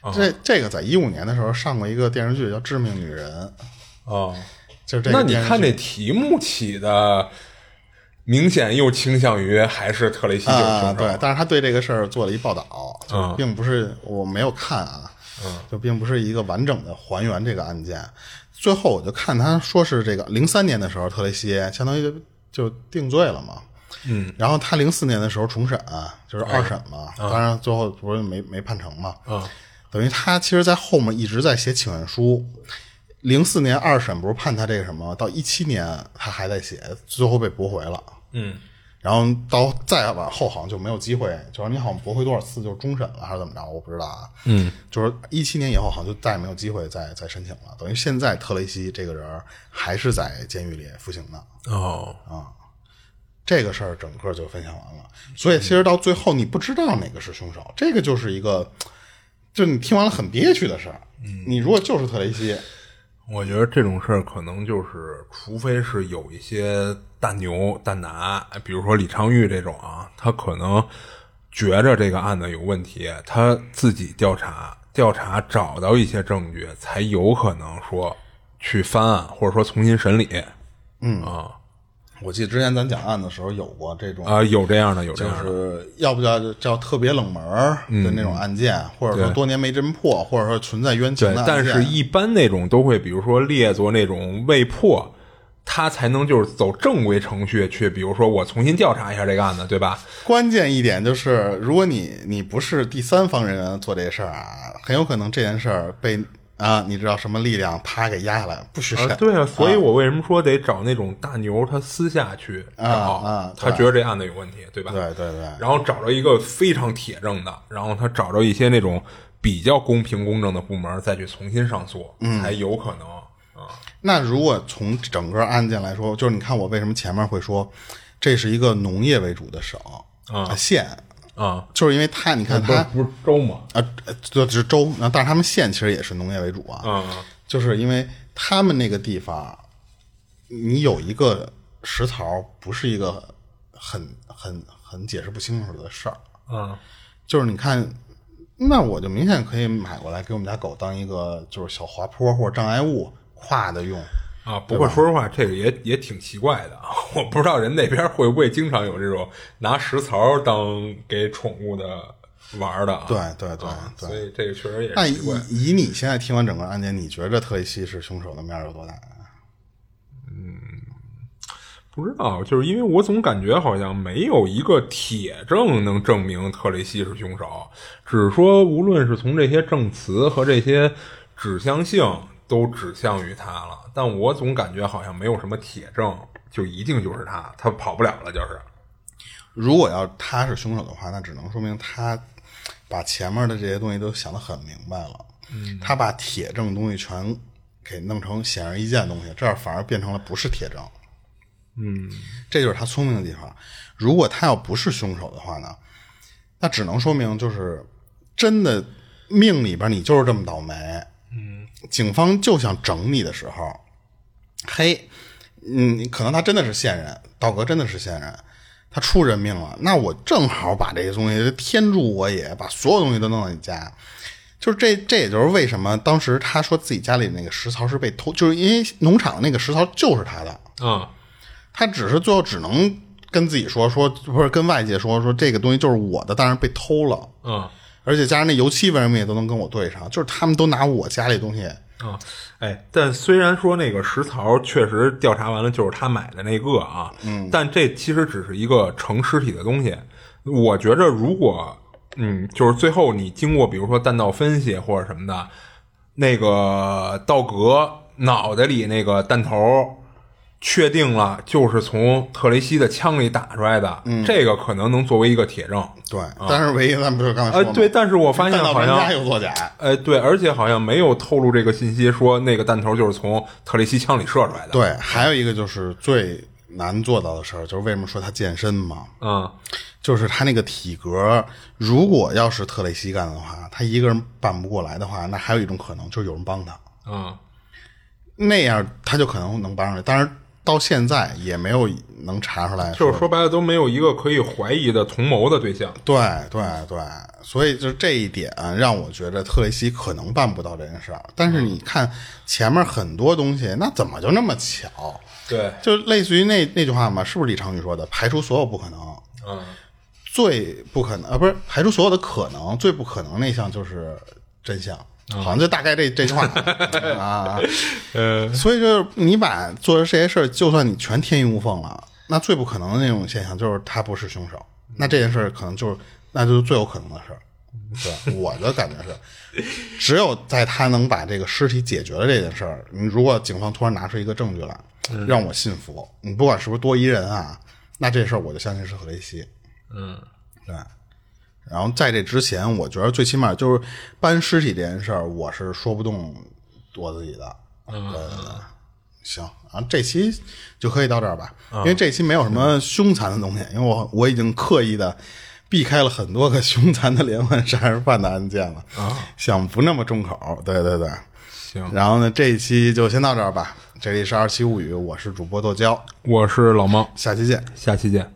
S3: 啊
S2: 这这个在一五年的时候上过一个电视剧叫《致命女人》，
S3: 啊。
S2: 就是这个
S3: 那你
S2: 电视
S3: 看
S2: 剧
S3: 这题目起的，明显又倾向于还是特雷西就是
S2: 啊、
S3: 凶手
S2: 对，但是他对这个事儿做了一报道，就并不是我没有看啊，就并不是一个完整的还原这个案件。最后我就看他说是这个零三年的时候，特雷西相当于就就定罪了嘛，嗯，然后他零四年的时候重审、啊就是二审嘛，当然最后不是没没判成嘛，
S3: 啊
S2: 等于他其实，在后面一直在写请愿书。零四年二审不是判他这个什么，到一七年他还在写，最后被驳回了。
S3: 嗯
S2: 然后到再往后好像就没有机会，就是你好像驳回多少次就是终审了还是怎么着，我不知道啊。嗯，就是一七年以后好像就再也没有机会再再申请了，等于现在特雷西这个人还是在监狱里服刑呢。
S3: 哦
S2: 这个事儿整个就分享完了，所以其实到最后你不知道哪个是凶手，这个就是一个，就你听完了很憋屈的事儿。你如果就是特雷西，
S3: 我觉得这种事儿可能就是，除非是有一些大牛大拿，比如说李昌钰这种啊，他可能觉着这个案子有问题，他自己调查，调查找到一些证据，才有可能说去翻案，或者说重新审理。嗯啊
S2: 我记得之前咱讲案的时候有过这种
S3: 啊、有这样的，有这
S2: 就
S3: 样的，
S2: 是要不叫叫特别冷门儿的那种案件，或者说
S3: 对
S2: 多年没侦破，或者说存在冤情
S3: 对
S2: 的，案
S3: 但
S2: 件。
S3: 是一般那种都会，比如说列作那种未破，他才能就是走正规程序去，比如说我重新调查一下这个案子，对吧？
S2: 关键一点就是，如果你你不是第三方人员做这事儿啊，很有可能这件事儿被啊，你知道什么力量啪给压下来，不许审。
S3: 啊，对啊，所以我为什么说得找那种大牛，他私下去找，
S2: 啊啊
S3: 他
S2: 对
S3: 觉得这案子有问题，对吧？
S2: 对对对
S3: 然后找着一个非常铁证的，然后他找着一些那种比较公平公正的部门再去重新上诉，
S2: 嗯
S3: 才有可能啊。
S2: 那如果从整个案件来说，就是你看我为什么前面会说，这是一个农业为主的省
S3: 啊
S2: 县，
S3: 啊，
S2: 就是因为它，你看它
S3: 不是州吗？
S2: 啊，这是州，然后但是他们县其实也是农业为主啊，
S3: 嗯
S2: 就是因为他们那个地方，你有一个食槽，不是一个很很很解释不清楚的事儿，
S3: 嗯
S2: 就是你看那我就明显可以买过来给我们家狗当一个就是小滑坡或者障碍物跨的用。
S3: 啊，不过说实话，这个也也挺奇怪的啊！ 我不知道人那边会不会经常有这种拿食槽当给宠物的玩儿的啊？
S2: 对对对
S3: 啊
S2: 对
S3: 所以这个确实也
S2: 那
S3: 是
S2: 以
S3: 奇怪。
S2: 以你现在听完整个案件，你觉着特里西是凶手的面儿有多大？啊
S3: 不知道，就是因为我总感觉好像没有一个铁证能证明特雷西是凶手，只是说无论是从这些证词和这些指向性都指向于他了，但我总感觉好像没有什么铁证，就一定就是他，他跑不了了，就是。
S2: 如果要他是凶手的话，那只能说明他把前面的这些东西都想得很明白了。他把铁证东西全给弄成显而易见的东西，这样反而变成了不是铁证。
S3: 嗯，
S2: 这就是他聪明的地方。如果他要不是凶手的话呢，那只能说明就是真的命里边你就是这么倒霉。嗯，警方就想整你的时候，嘿，嗯，可能他真的是线人，道格真的是线人，他出人命了。那我正好把这些东西天助我也，把所有东西都弄到你家。就是这，这也就是为什么当时他说自己家里那个食槽是被偷，就是因为农场那个食槽就是他的。
S3: 啊、
S2: 他只是最后只能跟自己说说，不是跟外界说说这个东西就是我的，但是被偷了，
S3: 嗯，啊、
S2: 而且加上那油漆为什么也都能跟我对上，就是他们都拿我家里东西，
S3: 啊，哎，但虽然说那个食槽确实调查完了就是他买的那个啊，嗯，但这其实只是一个成尸体的东西。我觉着如果嗯，就是最后你经过比如说弹道分析或者什么的，那个道格脑袋里那个弹头。确定了，就是从特雷西的枪里打出来的，这个可能能作为一个铁证。
S2: 对，但是唯一咱们不是刚才说
S3: 啊呃
S2: 吗，
S3: 对，但是我发现
S2: 但到
S3: 好
S2: 人
S3: 像
S2: 家有作假，
S3: 哎，对，而且好像没有透露这个信息，说那个弹头就是从特雷西枪里射出来的。，
S2: 对，还有一个就是最难做到的事儿，就是为什么说他健身嘛，
S3: 嗯，
S2: 就是他那个体格，如果要是特雷西干的话，他一个人办不过来的话，那还有一种可能就是有人帮他，
S3: 嗯，
S2: 那样他就可能能帮上来，但是到现在也没有能查出来，
S3: 就是说白了都没有一个可以怀疑的同谋的对象。
S2: 对对对，所以就这一点让我觉得特雷西可能办不到这件事儿。但
S3: 嗯
S2: 是你看前面很多东西，那怎么就那么巧？
S3: 对，
S2: 就类似于那那句话嘛，是不是李成宇说的？排除所有不可能，
S3: 嗯，
S2: 最不可能啊，不是排除所有的可能，最不可能那项就是真相。
S3: 嗯
S2: 好像就大概这这句 话嗯啊，
S3: 呃，
S2: 所以就是你把做的这些事儿，就算你全天衣无缝了，那最不可能的那种现象就是他不是凶手，那这件事儿可能就是那就是最有可能的事儿。对，我的感觉是，只有在他能把这个尸体解决了这件事儿，你如果警方突然拿出一个证据来，让我信服，你不管是不是多一人啊，那这事儿我就相信是何雷西。嗯，对。然后在这之前，我觉得最起码就是搬尸体这件事儿，我是说不动我自己的。嗯，对对对。行，然后这期就可以到这儿吧，因为这期没有什么凶残的东西，因为我我已经刻意的避开了很多个凶残的连环杀人犯的案件了，想不那么重口。对对对。
S3: 行，
S2: 然后呢，这一期就先到这儿吧。这里是二七物语，我是主播剁椒，
S3: 我是老猫，
S2: 下期见。
S3: 下期见。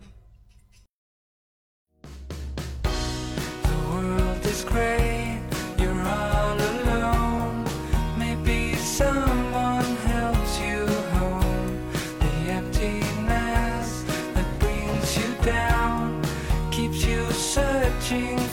S1: The world is great, you're all alone. Maybe someone helps you home. The emptiness that brings you down keeps you searching